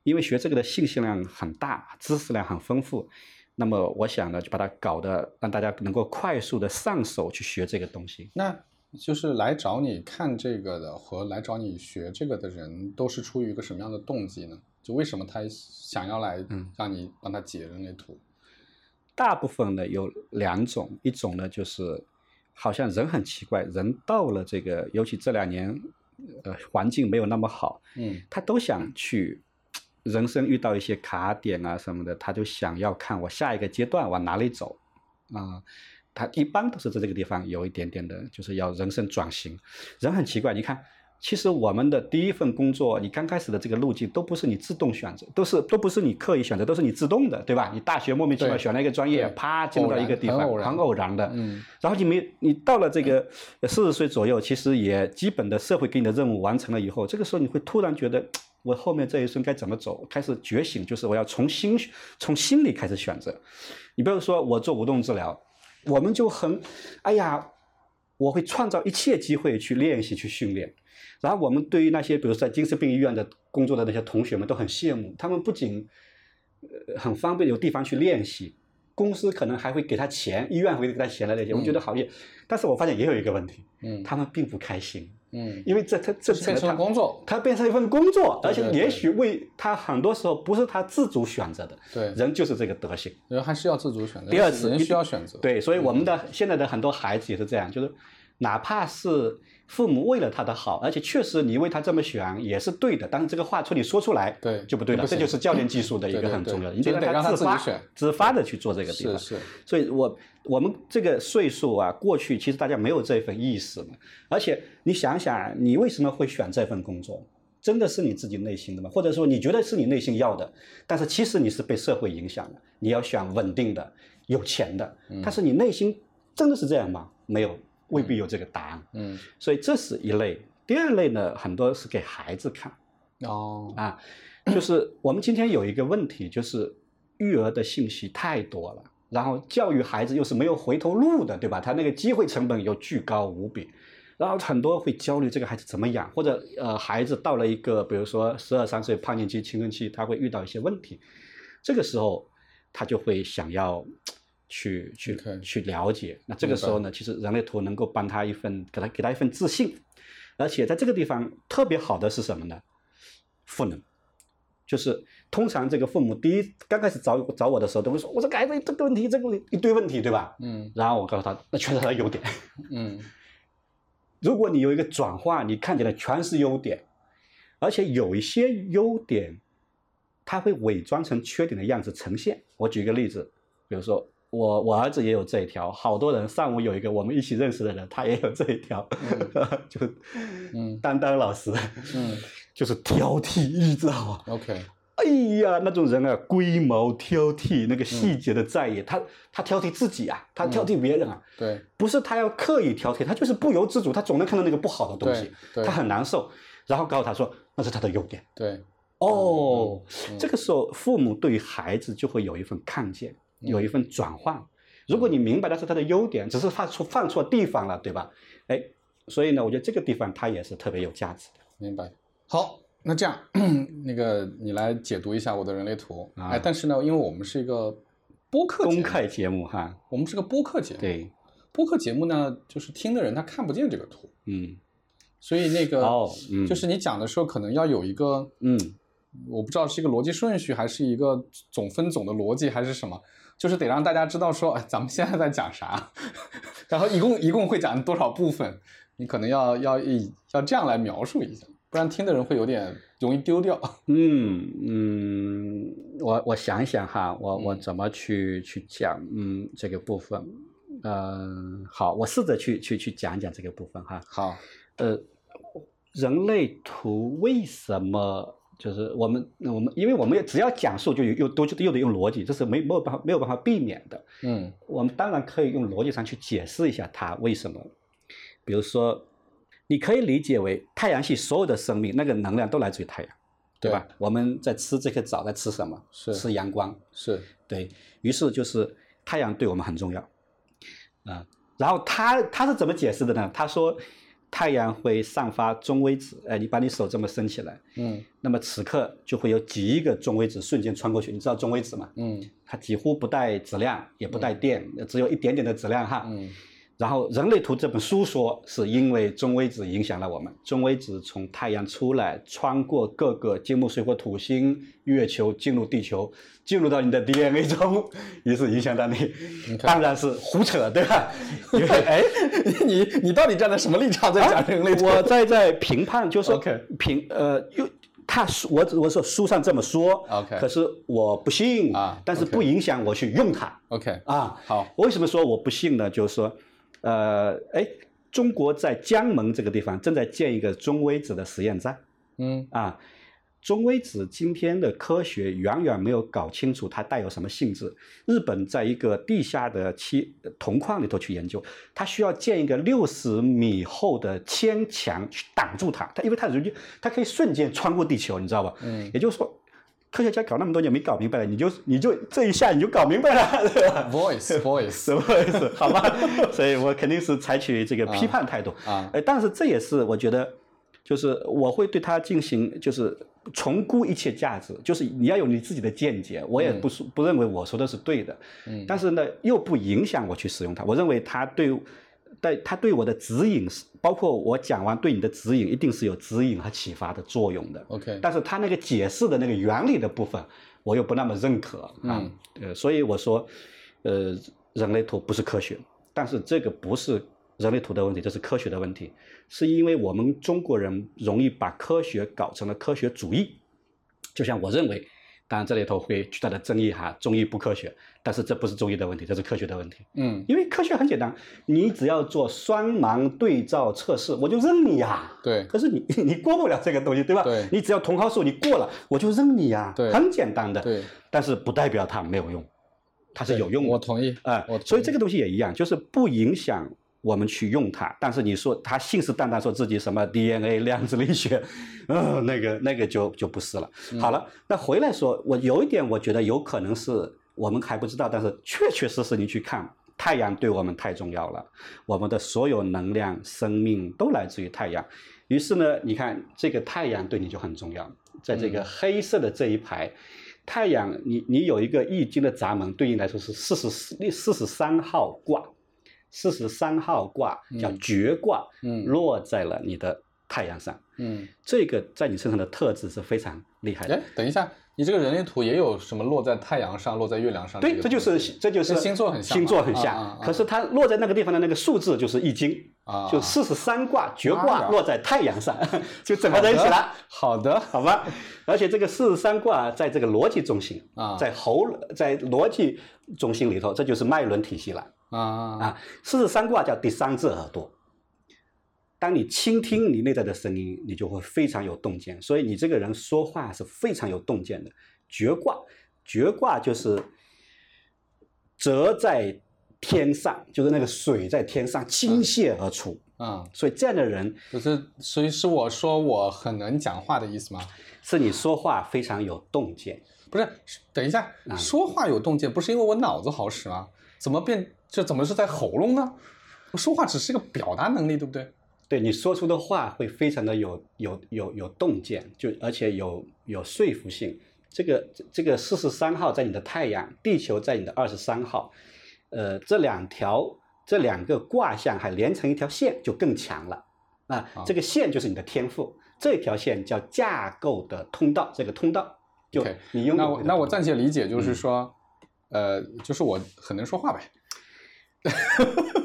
A: 因为学这个的信息量很大，知识量很丰富。那么我想呢，就把它搞得让大家能够快速的上手去学这个东西。
B: 那就是来找你看这个的和来找你学这个的人，都是出于一个什么样的动机呢？就为什么他想要来
A: 嗯
B: 让你帮他解人类图？
A: 大部分呢有两种，一种呢就是好像人很奇怪，人到了这个，尤其这两年，呃，环境没有那么好，
B: 嗯
A: 他都想去，人生遇到一些卡点啊什么的，他就想要看我下一个阶段往哪里走，啊、他一般都是在这个地方有一点点的，就是要人生转型。人很奇怪，你看，其实我们的第一份工作，你刚开始的这个路径都不是你自动选择，都是都不是你刻意选择，都是你自动的，对吧？你大学莫名其妙
B: 对
A: 选了一个专业
B: 对，
A: 啪进入到一个地方，
B: 偶然很
A: 很
B: 偶
A: 偶然的，
B: 嗯
A: 然后你没你到了这个四十岁左右，其实也基本的社会给你的任务完成了以后，这个时候你会突然觉得我后面这一生该怎么走，开始觉醒，就是我要从心从心里开始选择。你比如说我做无动治疗，我们就很，哎呀，我会创造一切机会去练习去训练。然后我们对于那些比如说在精神病医院的工作的那些同学们都很羡慕，他们不仅呃很方便有地方去练习，公司可能还会给他钱，医院会给他钱的那些，我觉得好也。但是我发现也有一个问题，
B: 嗯
A: 他们并不开心，
B: 嗯，
A: 因为这他这
B: 变成了工作，
A: 他变成一份工作，
B: 对
A: 而且
B: 对
A: 也
B: 对
A: 许为他很多时候不是他自主选择的，
B: 对，
A: 人就是这个德行。
B: 人还是要自主选择，
A: 第二次
B: 人
A: 一
B: 需要选择，
A: 对，所以我们
B: 嗯
A: 的现在的很多孩子也是这样，就是哪怕是父母为了他的好，而且确实你为他这么选也是对的，但是这个话从你说出来
B: 对
A: 就不对了，
B: 不
A: 这
B: 行
A: 就是教练技术的一
B: 对
A: 个
B: 对
A: 很
B: 对
A: 重要的，
B: 就
A: 你
B: 是得让他
A: 他
B: 自
A: 自
B: 己
A: 发
B: 选
A: 自发的去做这个地
B: 是
A: 方。
B: 是，
A: 所以我我们这个岁数啊，过去其实大家没有这份意识嘛。而且你想想，你为什么会选这份工作？真的是你自己内心的吗？或者说你觉得是你内心要的，但是其实你是被社会影响的。你要选稳定的、有钱的，但是你内心真的是这样吗？没有，未必有这个答案。
B: 嗯，
A: 所以这是一类。第二类呢，很多是给孩子看，
B: 哦，
A: 啊，就是我们今天有一个问题，就是育儿的信息太多了，然后教育孩子又是没有回头路的，对吧？他那个机会成本又巨高无比，然后很多会焦虑这个孩子怎么养，或者呃孩子到了一个比如说十二三岁叛逆期、青春期，他会遇到一些问题，这个时候他就会想要。去去
B: OK
A: 去了解，那这个时候呢，其实人类图能够帮他一份，给他给他一份自信，而且在这个地方特别好的是什么呢？赋能，就是通常这个父母第一刚开始找找我的时候，都会说我这个孩子这个问题这个问题一堆问题，对吧？
B: 嗯
A: 然后我告诉他，那全是他的优点。
B: 嗯
A: 如果你有一个转化，你看起来全是优点，而且有一些优点，它会伪装成缺点的样子呈现。我举一个例子，比如说我我儿子也有这一条，好多人上午有一个我们一起认识的人，他也有这一条， 就
B: 嗯
A: 丹丹老师，
B: 嗯
A: 就是挑剔，你知道吗？
B: ，OK，
A: 哎呀，那种人啊，龟毛挑剔，那个细节的在意，他他挑剔自己啊，他挑剔别人啊，
B: 对
A: 不是他要刻意挑剔，他就是不由自主，他总能看到那个不好的东
B: 对
A: 西，
B: 对
A: 他很难受，然后告诉他说那是他的优点。
B: 对，
A: 哦，
B: 嗯
A: 这个时候父母对于孩子就会有一份看见，有一份转换。如果你明白的是他的优点，只是放错放错地方了，对吧？哎，所以呢，我觉得这个地方它也是特别有价值的。
B: 明白。好，那这样， 那个你来解读一下我的人类图。
A: 啊
B: 哎，但是呢，因为我们是一个播客节
A: 公
B: 目，
A: 开节目哈，
B: 我们是个播客节目。，
A: 对，
B: 播客节目呢，就是听的人他看不见这个图，
A: 嗯，
B: 所以那个、
A: 哦，嗯，
B: 就是你讲的时候，可能要有一个，
A: 嗯，
B: 我不知道是一个逻辑顺序，还是一个总分总的逻辑，还是什么，就是得让大家知道说，哎，咱们现在在讲啥， 然后一共一共会讲多少部分，你可能要要以要这样来描述一下，不然听的人会有点容易丢掉。
A: 嗯嗯，我我想一想哈，我我
B: 嗯
A: 怎么去去讲嗯这个部分，嗯、好，我试着去去去讲一讲这个部分哈。
B: 好，
A: 呃，人类图为什么就是我们我们，因为我们也只要讲述就有又都又得用逻辑，这是没没有办法没有办法避免的。
B: 嗯
A: 我们当然可以用逻辑上去解释一下它为什么。比如说，你可以理解为太阳系所有的生命那个能量都来自于太阳，对
B: 对
A: 吧？我们在吃这个藻，在吃什么？
B: 是
A: 吃阳光。
B: 是，
A: 对于是就是太阳对我们很重要，啊、然后他他是怎么解释的呢？他说，太阳会散发中微子，哎，你把你手这么伸起来，
B: 嗯
A: 那么此刻就会有几亿个中微子瞬间穿过去。你知道中微子吗？
B: 嗯
A: 它几乎不带质量，也不带电，只有一点点的质量哈。
B: 嗯
A: 然后，《人类图》这本书说，是因为中微子影响了我们。中微子从太阳出来，穿过各个金木水火土星、月球，进入地球，进入到你的 DNA 中，于是影响到你。当然是胡扯，对 吧？ 因为哎，
B: 你你到底站在什么立场在讲人类图？
A: 啊我在在评判，就是说
B: OK
A: 评呃又。他书我我说书上这么说
B: OK
A: 可是我不信
B: 啊
A: 但是
B: OK
A: 不影响我去用它
B: OK
A: 啊。
B: 好，
A: 我为什么说我不信呢？就是说，呃，哎，中国在江门这个地方正在建一个中微子的实验站
B: 嗯
A: 啊。中微子今天的科学远远没有搞清楚它带有什么性质。日本在一个地下的漆铜矿里头去研究，它需要建一个六十米厚的铅墙去挡住它，它因为它容易，它可以瞬间穿过地球，你知道吧？
B: 嗯，
A: 也就是说，科学家搞那么多年没搞明白了，你就你就这一下你就搞明白了，对吧？
B: voice voice
A: 什么意思？好吧，所以我肯定是采取这个批判态度。
B: 啊
A: 呃，但是这也是我觉得，就是我会对它进行就是重估一切价值，就是你要有你自己的见解，我也不说、不认为我说的是对的，
B: 嗯
A: 但是呢又不影响我去使用它。我认为它对。对它对我的指引是，包括我讲完对你的指引，一定是有指引和启发的作用的。
B: OK
A: 但是它那个解释的那个原理的部分，我又不那么认可啊。
B: 嗯
A: 呃，所以我说，呃，人类图不是科学，但是这个不是人类图的问题，这是科学的问题，是因为我们中国人容易把科学搞成了科学主义，就像我认为。当然，这里头会巨大的争议哈，中医不科学，但是这不是中医的问题，这是科学的问题。
B: 嗯
A: 因为科学很简单，你只要做双盲对照测试，我就认你呀、
B: 对
A: 可是你 你过不了这个东西，对吧？
B: 对
A: 你只要同号数你过了，我就认你呀、
B: 对
A: 很简单的。
B: 对，
A: 但是不代表它没有用，它是有用
B: 我
A: 的。
B: 同意
A: 哎、
B: 我同
A: 所以
B: 意
A: 这个东西也一样，就是不影响我们去用它。但是你说他信誓旦旦说自己什么 DNA 量子力学， 嗯、那个那个就就不是了。
B: 嗯
A: 好了，那回来说，我有一点我觉得有可能是我们还不知道，但是确确实实你去看。太阳对我们太重要了，我们的所有能量、生命都来自于太阳。于是呢，你看这个太阳对你就很重要，在这
B: 嗯
A: 个黑色的这一排，太阳，你你有一个易经的闸门，对应来说是四十四四十三号卦，四十三号卦叫
B: 嗯
A: 绝卦，
B: 嗯
A: 落在了你的太阳上，
B: 嗯，
A: 这个在你身上的特质是非常厉害的
B: 哎。，等一下，你这个人类图也有什么落在太阳上、落在月亮上哎
A: 对，
B: 个东西？哎
A: 这就是这就是
B: 跟星座很像嘛，
A: 星座很
B: 啊
A: 像。
B: 啊啊
A: 可是它落在那个地方的那个数字就是易经，
B: 啊，
A: 就四十三卦绝
B: 妈呀
A: 卦落在太阳上，就整 合在一起了。
B: 好的，
A: 好吧？而且这个四十三卦在这个逻辑中心
B: 啊
A: 在猴在逻辑中心里头，这就是脉轮体系了
B: 啊啊
A: 啊。四十三卦叫第三只耳朵。当你倾听你内在的声音，你就会非常有洞见。所以你这个人说话是非常有洞见的。绝卦，绝卦就是折在天上，就是那个水在天上倾泻而出。
B: 啊，
A: 所以这样的人
B: 就是所以是我说我很能讲话的意思吗？
A: 是你说话非常有洞见。
B: 不是，是等一下，
A: 啊
B: 说话有洞见，不是因为我脑子好使吗？怎么变？这怎么是在喉咙呢？我说话只是一个表达能力，对不对？
A: 对你说出的话会非常的有有有有洞见，就而且有有说服性。这个这这个四十三号在你的太阳，地球在你的二十三号，呃，这两条这两个卦象还连成一条线，就更强了。啊
B: 好，
A: 这个线就是你的天赋，这条线叫架构的通道，这个通道就
B: OK，
A: 你用
B: 那我那我暂且理解就是
A: 嗯
B: 说，呃，就是我很能说话呗。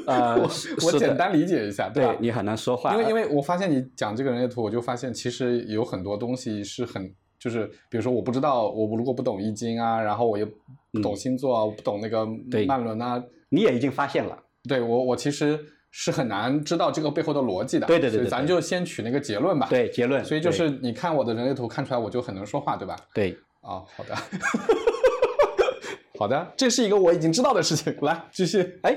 A: 呃，
B: 我
A: 是
B: 我
A: 是的
B: 简单理解一下，吧
A: 对？你很难说话，
B: 因为因
A: 为
B: 为我发现你讲这个人类图，我就发现其实有很多东西是很，就是比如说我不知道，我如果不懂易经啊，然后我也不懂星座啊，我不懂那个
A: 嗯对
B: 曼伦啊，
A: 你也已经发现了。
B: 对我我其实是很难知道这个背后的逻辑的。
A: 对对对
B: 所以
A: 对
B: 咱
A: 对
B: 就先取那个结论吧。，
A: 对，结论。
B: 所以就
A: 对
B: 是你看我的人类图，看出来我就很能说话，对吧？
A: 对，
B: 啊，好的， 好的，这是一个我已经知道的事情。来，继续。
A: 哎，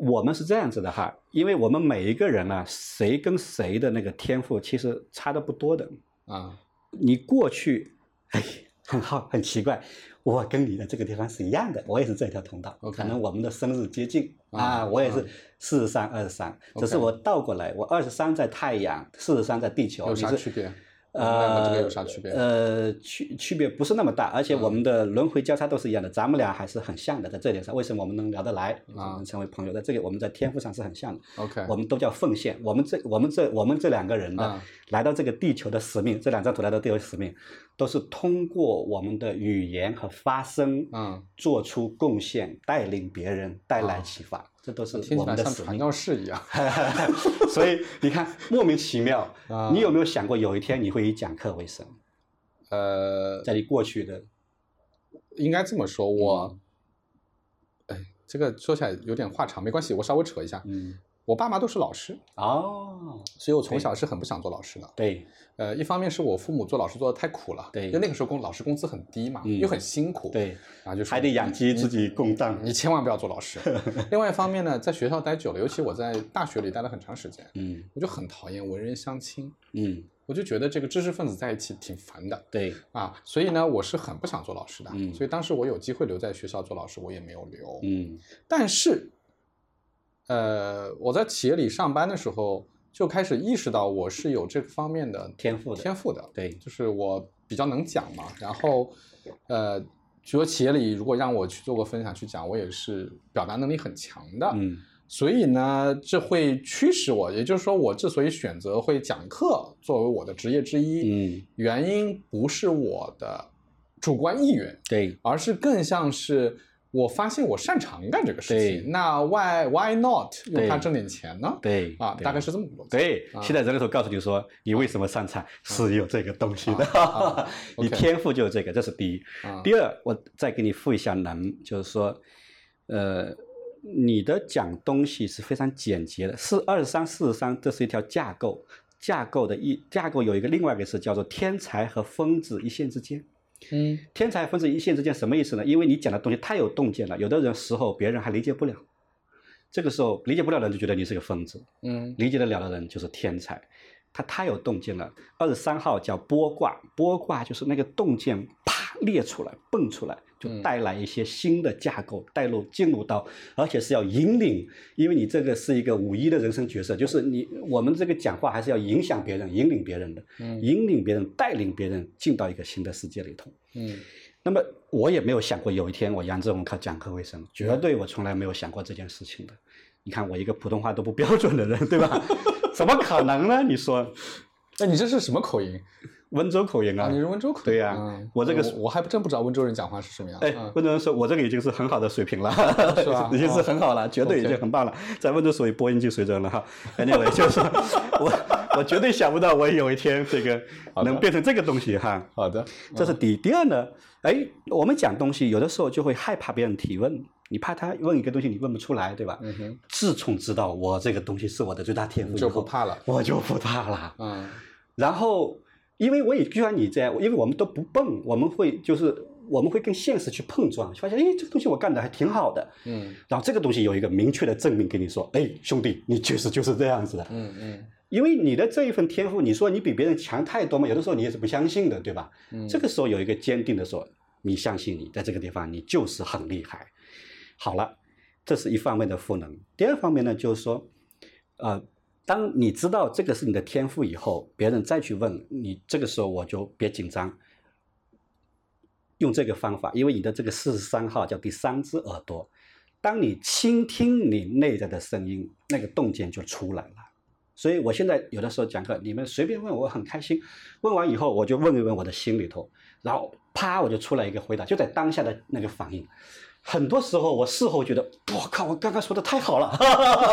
A: 我们是这样子的哈，因为我们每一个人啊，谁跟谁的那个天赋其实差的不多的。
B: 啊
A: 你过去，哎，很好，很奇怪，我跟你的这个地方是一样的，我也是这条通道
B: OK
A: 可能我们的生日接近
B: 啊
A: 啊，我也
B: 啊
A: 是四十三、二十三，只是
B: OK
A: 我倒过来，我二十三在太阳，四十三在地球，
B: 有
A: 你
B: 啥
A: 是
B: 区别？我们两个
A: 呃，
B: 这个有啥区别嗯
A: 呃，区区别不是那么大，而且我们的轮回交叉都是一样的，咱们俩还是很像的，在这点上，为什么我们能聊得来，我
B: 啊
A: 们能成为朋友，在这个我们在天赋上是很像的，
B: ？OK，
A: 我们都叫奉献，我们这我们这我们这两个人的、
B: 啊
A: 来到这个地球的使命，这两张图来到地球的使命，都是通过我们的语言和发声，
B: 嗯，
A: 做出贡献，带领别人，带来
B: 啊
A: 启发，这都是
B: 听
A: 我们
B: 起来
A: 的
B: 像
A: 使
B: 传
A: 命。
B: 教士一样。
A: 所以你看，莫名其妙，
B: 啊
A: 你有没有想过有一天你会以讲课为生？
B: 呃，
A: 在你过去的
B: 应该这么说，我，哎，这个说起来有点话长，没关系，我稍微扯一下。
A: 嗯
B: 我爸妈都是老师，
A: 哦，
B: 所以我从
A: 对
B: 小是很不想做老师的。
A: 对
B: 呃，一方面是我父母做老师做的太苦了，
A: 对
B: 因为那个时候工老师工资很低嘛，
A: 嗯
B: 又很辛苦，，
A: 对，
B: 然后啊就说
A: 还得养鸡
B: 你
A: 自己供档，
B: 你千万不要做 老师。另外一方面呢，在学校待久了，尤其我在大学里待了很长时间，
A: 嗯
B: 我就很讨厌文人相亲，
A: 嗯
B: 我就觉得这个知识分子在一起挺烦的
A: 对
B: 啊，所以呢，我是很不想做老师的。
A: 嗯
B: 所以当时我有机会留在学校做老师，我也没有留。
A: 嗯
B: 但是，呃，我在企业里上班的时候，就开始意识到我是有这方面的
A: 天赋的
B: 天赋的，
A: 对
B: 就是我比较能讲嘛。然后，呃，比如企业里如果让我去做个分享去讲，我也是表达能力很强的。
A: 嗯
B: 所以呢，这会驱使我，也就是说，我之所以选择会讲课作为我的职业之一，
A: 嗯
B: 原因不是我的主观意愿，
A: 对
B: 而是更像是我发现我擅长干这个事
A: 对
B: 情。那 why why not 用
A: 对
B: 它挣点钱呢？
A: 对
B: 啊，
A: 对
B: 大概是这么个逻辑。
A: 对
B: 啊，
A: 现在人类图告诉你说，你为什么擅长是有这个东西的，
B: 啊 啊
A: 你
B: OK
A: 天赋就是这个，这是第一。
B: 啊
A: 第二，我再给你附一下能，就是说，呃，你的讲东西是非常简洁的，四二十三、四十三，这是一条架构，架构的一架构有一个另外一个词叫做天才和疯子一线之间。
B: 嗯
A: 天才和疯子一线之间什么意思呢？因为你讲的东西太有洞见了，有的人时候别人还理解不了，这个时候理解不了的人就觉得你是个疯子。
B: 嗯
A: 理解得了的人就是天才，他太有洞见了。二十三号叫波卦，波卦就是那个洞见啪裂出来、蹦出来，就
B: 嗯
A: 带来一些新的架构，带入进入到，而且是要引领，因为你这个是一个五一的人生角色，就是你我们这个讲话还是要影响别人、引领别人的，
B: 嗯
A: 引领别人、带领别人进到一个新的世界里头。
B: 嗯
A: 那么我也没有想过有一天我杨志文靠讲课为生，绝对我从来没有想过这件事情的。你看我一个普通话都不标准的人，对 吧？怎么可能呢？你说
B: 那你这是什么口音
A: 温州口音
B: 啊？
A: 啊
B: 你？是温州口音？
A: 对呀
B: 嗯
A: 我这个
B: 我还真不知道温州人讲话是什么样。
A: 哎
B: 嗯，
A: 温州人说我这个已经是很好的水平了，
B: 是 吧哦
A: 已经是很好了，绝对已
B: OK
A: 经很棒了，在温州属于播音剧水准了哈。Anyway，就是 我我绝对想不到我有一天这个
B: 好的
A: 能变成这个东西哈。
B: 好的，
A: 这是第一。第二呢，哎，我们讲东西有的时候就会害怕别人提问，你怕他问一个东西你问不出来，对吧？
B: 嗯哼，
A: 自从知道我这个东西是我的最大天赋
B: 你
A: 以
B: 就
A: 后，
B: 不怕了。
A: 我就不怕了。
B: 嗯
A: 然后，因为我也就像你这样，因为我们都不笨，我们会就是我们会跟现实去碰撞，发现哎，这个东西我干的还挺好的。
B: 嗯
A: 然后这个东西有一个明确的证明给你说，哎，兄弟，你确实就是这样子的。
B: 嗯嗯
A: 因为你的这一份天赋，你说你比别人强太多嘛，有的时候你也是不相信的，对吧？
B: 嗯，
A: 这个时候有一个坚定的说，你相信你在这个地方你就是很厉害。好了，这是一方面的赋能。第二方面呢，就是说，呃，当你知道这个是你的天赋以后，别人再去问你，这个时候我就别紧张。用这个方法，因为你的这个四十三号叫第三只耳朵，当你倾听你内在的声音，那个洞见就出来了。所以我现在有的时候讲课，你们随便问我很开心，问完以后我就问一问我的心里头，然后啪我就出来一个回答，就在当下的那个反应。很多时候我事后觉得，我靠，我刚刚说的太好了，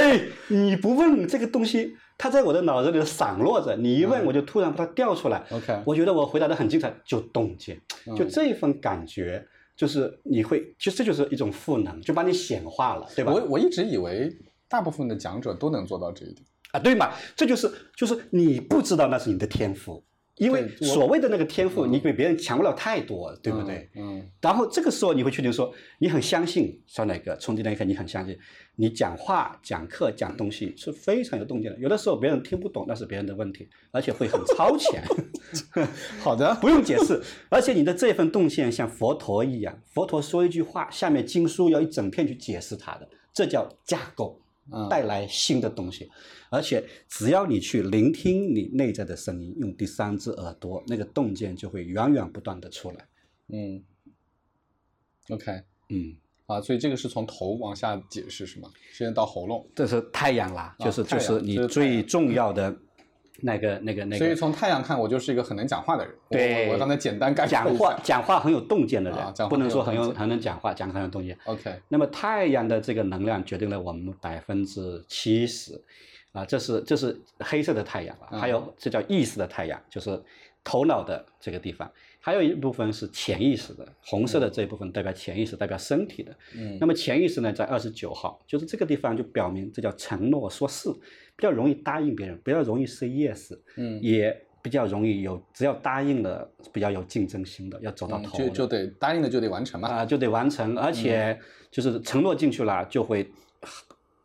A: 哎，你不问这个东西，它在我的脑子里散落着，你一
B: 嗯
A: 问我就突然把它调出来，
B: OK，
A: 我觉得我回答的很精彩，就洞见，就
B: 嗯
A: 这一份感觉，就是你会，就这就是一种赋能，就把你显化了，对吧？
B: 我我一直以为大部分的讲者都能做到这一点。
A: 啊，对嘛，这就是就是你不知道那是你的天赋，因为
B: 对我
A: 所谓的那个天赋，你比别人强不了太多，对不对？
B: 嗯？嗯，
A: 然后这个时候你会确定说，你很相信酸奶哥，从今天开始你很相信，你讲话、讲课、讲东西是非常有洞见的。有的时候别人听不懂，那是别人的问题，而且会很超前，
B: 好的，
A: 不用解释。而且你的这份洞见像佛陀一样，佛陀说一句话，下面经书要一整片去解释它的，这叫架构。
B: 嗯，
A: 带来新的东西，而且只要你去聆听你内在的声音，用第三只耳朵，那个洞见就会源源不断的出来。
B: 嗯，OK，
A: 嗯，
B: 啊，所以这个是从头往下解释是吗？现在到喉咙，
A: 这是太阳啦，
B: 啊
A: 就是就
B: 太
A: 是
B: 阳这
A: 你
B: 是太
A: 最
B: 阳
A: 重要的那个那个那
B: 所以
A: 个
B: 从太阳看，我就是一个很能讲话的人。我
A: 对
B: 我我刚才简单概括
A: 讲
B: 一
A: 话
B: 下
A: 讲话很有洞见的
B: 啊
A: 人，
B: 讲话
A: 不能
B: 很有
A: 说很有
B: 洞见
A: 很能讲话，讲得很有洞见。
B: ，OK，
A: 那么太阳的这个能量决定了我们百分之七十，啊，这是这是黑色的太阳了，
B: 嗯
A: 还有这叫意识的太阳，就是头脑的这个地方，还有一部分是潜意识的，红色的这一部分代表潜意识，代表身体的。
B: 嗯
A: 那么潜意识呢，在二十九号，就是这个地方就表明这叫承诺说是，比较容易答应别人，比较容易 say yes，
B: 嗯，
A: 也比较容易有，只要答应了，比较有竞争心的，要走到
B: 嗯
A: 头
B: 就
A: 的。
B: 就得答应了就得完成嘛。
A: 啊、就得完成，而且就是承诺进去了，就会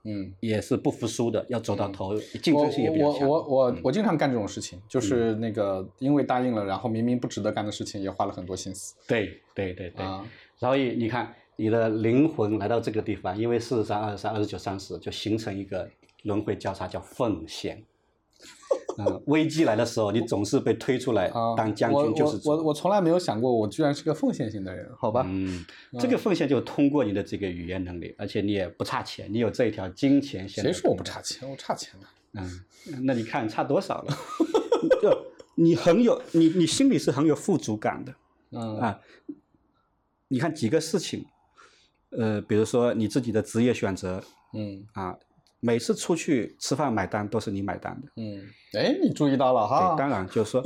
B: 嗯，
A: 也是不服输的，要走到头，竞
B: 我
A: 争性也比较
B: 我
A: 强。
B: 嗯
A: 嗯
B: 我我我我经常干这种事情，就是那个因为答应了，然后明明不值得干的事情也花了很多心思
A: 对对对对，
B: 啊。
A: 所以你看你的灵魂来到这个地方，因为四十三、二十三、二十九、三十，就形成一个轮回交叉，叫奉 献。嗯，危机来的时候，你总是被推出来
B: 啊，
A: 当将
B: 我
A: 军，就是
B: 我我我从来没有想过，我居然是个奉献型的人，好吧？啊
A: 嗯，这个奉献就通过你的这个语言能力，而且你也不差钱，你有这一条金钱线。
B: 谁说我不差钱？我差钱呢。啊
A: 嗯，那你看差多少了？就你很有你你心里是很有富足感的。
B: 嗯
A: 啊，你看几个事情，呃，比如说你自己的职业选择
B: 嗯
A: 啊，每次出去吃饭买单都是你买单的。
B: 嗯，哎，你注意到了哈
A: 对，？当然就是说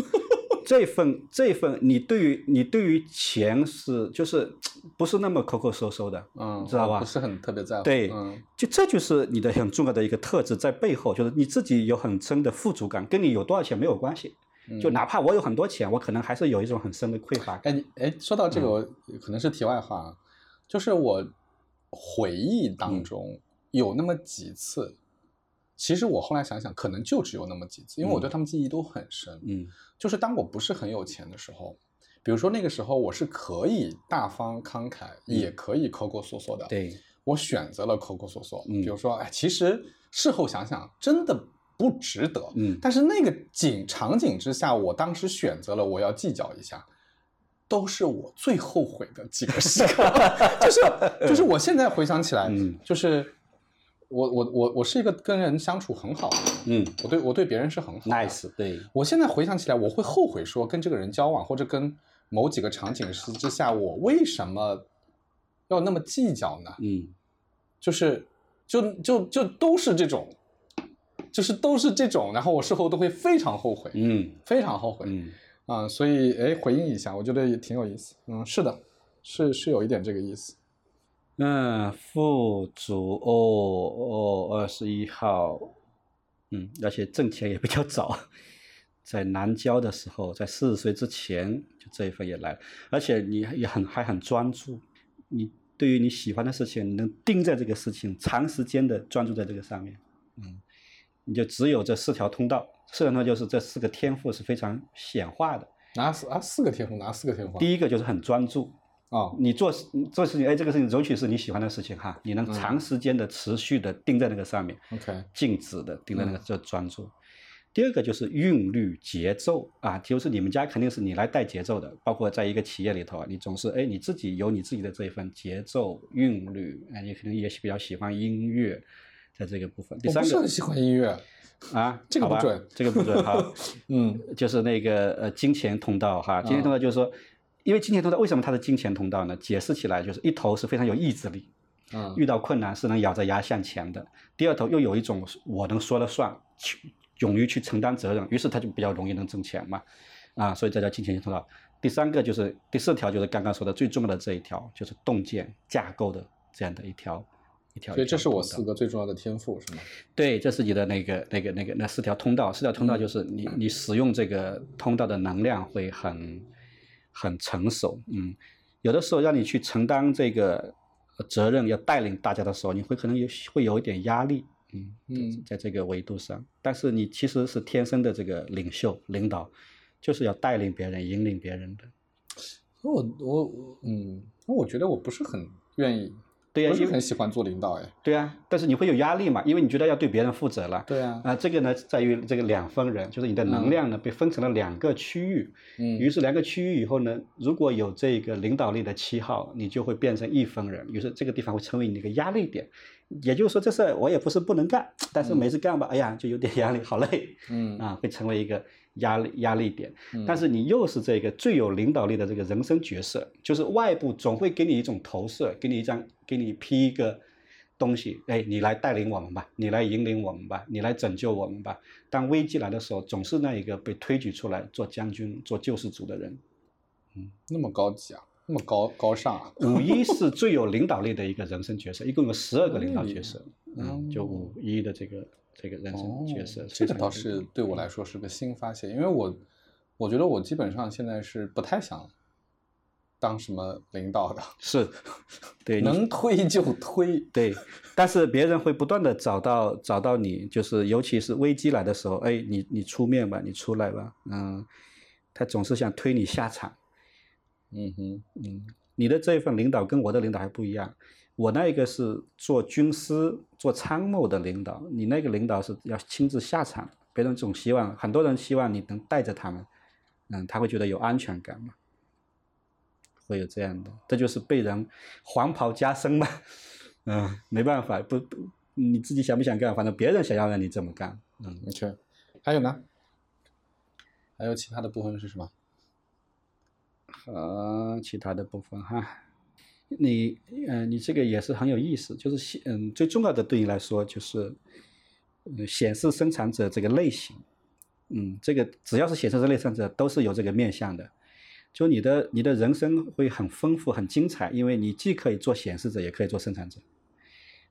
A: 这份这份你对于你对于钱是就是不是那么抠抠搜搜的，
B: 嗯，
A: 知道
B: 我
A: 吧
B: 不是很特别在乎。
A: 对
B: 嗯
A: 就这就是你的很重要的一个特质在背后，就是你自己有很深的富足感，跟你有多少钱没有关系。
B: 嗯
A: 就哪怕我有很多钱，我可能还是有一种很深的匮乏感。
B: 哎，你哎，说到
A: 嗯
B: 这个，我可能是题外话啊，就是我回忆
A: 嗯
B: 当中有那么几次，其实我后来想想，可能就只有那么几次，因为我对他们记忆都很深。
A: 嗯
B: 就是当我不是很有钱的时候，比如说那个时候我是可以大方慷慨，也可以抠抠缩缩的。，
A: 嗯对，
B: 我选择了抠抠缩缩。
A: 嗯
B: 比如说，哎，其实事后想想，真的不值得。
A: 嗯
B: 但是那个景场景之下，我当时选择了我要计较一下，都是我最后悔的几个时刻。 就是就是我现在回想起来，
A: 嗯
B: 就是我我我我是一个跟人相处很好的人，
A: 嗯
B: 我对我对别人是很好的。
A: ，nice，对，
B: 我现在回想起来，我会后悔说跟这个人交往或者跟某几个场景之之下，我为什么要那么计较呢？
A: 嗯
B: 就是就就就都是这种，就是都是这种，然后我事后都会非常后悔。
A: 嗯
B: 非常后悔啊、
A: 嗯，
B: 所以哎，回应一下，我觉得也挺有意思。嗯，是的，是是有一点这个意思。
A: 嗯，富足哦哦，二十一号，嗯，而且挣钱也比较早， 在南郊的时候，在四十岁之前就这一份也来了，而且你还也很还很专注，你对于你喜欢的事情，你能盯在这个事情，长时间的专注在这个上面，嗯，你就只有这四条通道，四条通道就是这四个天赋是非常显化的，
B: 拿四啊四个天赋，拿四个天赋啊
A: 第一个就是很专注，
B: 哦
A: 你做事你做事情，哎，这个事情尤其是你喜欢的事情哈，你能
B: 嗯
A: 长时间的、持续的盯在那个上面，
B: ，OK，
A: 静止的盯在那
B: 嗯
A: 个叫专注。第二个就是韵律、节奏啊，就是你们家肯定是你来带节奏的，包括在一个企业里头啊，你总是哎你自己有你自己的这一份节奏、韵律，哎，你可能也比较喜欢音乐，在这个部分。第
B: 我
A: 三
B: 不是
A: 个
B: 很喜欢音乐。
A: 啊，
B: 这个
A: 好
B: 不
A: 吧
B: 准
A: 这个不准 哈。
B: 嗯
A: 就是那个呃金钱通道哈，金钱
B: 哦
A: 通道就是说，因为金钱通道为什么它是金钱通道呢？解释起来就是一头是非常有意志力，
B: 嗯
A: 遇到困难是能咬着牙向前的；第二头又有一种我能说了算，去勇于去承担责任，于是他就比较容易能挣钱嘛，啊，所以这叫金钱通道。第三个就是第四条，就是刚刚说的最重要的这一条，就是洞见架构的这样的一条一条。
B: 所以这是我四
A: 个。
B: 个最重要的天赋，是吗？
A: 对，这是你的那个、那个、那个那四条通道，四条通道就是
B: 嗯
A: 你你使用这个通道的能量会很很成熟，嗯，有的时候让你去承担这个呃责任，要带领大家的时候，你会可能有会有一点压力，嗯
B: 嗯
A: 在这个维度上，但是你其实是天生的这个领袖领导，就是要带领别人、引领别人的。
B: 我我我嗯，我觉得我不是很愿意，
A: 对呀、
B: 不是
A: 因为
B: 很喜欢做领导哎。
A: 对呀、但是你会有压力嘛，因为你觉得要对别人负责了。
B: 对啊，
A: 啊，这个呢，在于这个两分人，就是你的能量呢被分成了两个区域。
B: 嗯
A: 于是两个区域以后呢，如果有这个领导力的七号，你就会变成一分人。于是这个地方会成为你的一个压力点。也就是说，这事儿我也不是不能干，但是每次干吧，哎呀，就有点压力，好累
B: 嗯
A: 啊，会成为一个压力压力点。
B: 嗯
A: 但是你又是这个最有领导力的这个人生角色，就是外部总会给你一种投射，给你一张，给你批一个东西，哎，你来带领我们吧，你来引领我们吧，你来拯救我们吧。当危机来的时候，总是那一个被推举出来做将军、做救世主的人。
B: 那么高级啊，那么高高尚啊。
A: 五一是最有领导力的一个人生角色，一共有十二个领导角色，嗯，就五一的这个这个人生角色，
B: 哦这
A: 非
B: 个
A: 常
B: 倒
A: 有嗯
B: 是对我来说是个新发现，因为我我觉得我基本上现在是不太想当什么领导的，
A: 是，对，你
B: 能推就推。
A: 对，但是别人会不断的找到找到你，就是尤其是危机来的时候，哎，你你出面吧，你出来吧，嗯，他总是想推你下场，
B: 嗯哼，
A: 嗯，你的这一份领导跟我的领导还不一样，我那一个是做军师、做参谋的领导，你那个领导是要亲自下场，别人总希望很多人希望你能带着他们，嗯，他会觉得有安全感嘛，会有这样的，这就是被人黄袍加身嘛，嗯，没办法，不不，你自己想不想干，反正别人想要让你这么干，嗯，
B: 的确。还有呢？还有其他的部分是什么？
A: 和其他的部分哈。你嗯、呃你这个也是很有意思，就是显嗯，最重要的对你来说就是，嗯，显示生产者这个类型，嗯，这个只要是显示者类生产者都是有这个面向的，就你的你的人生会很丰富很精彩，因为你既可以做显示者，也可以做生产者。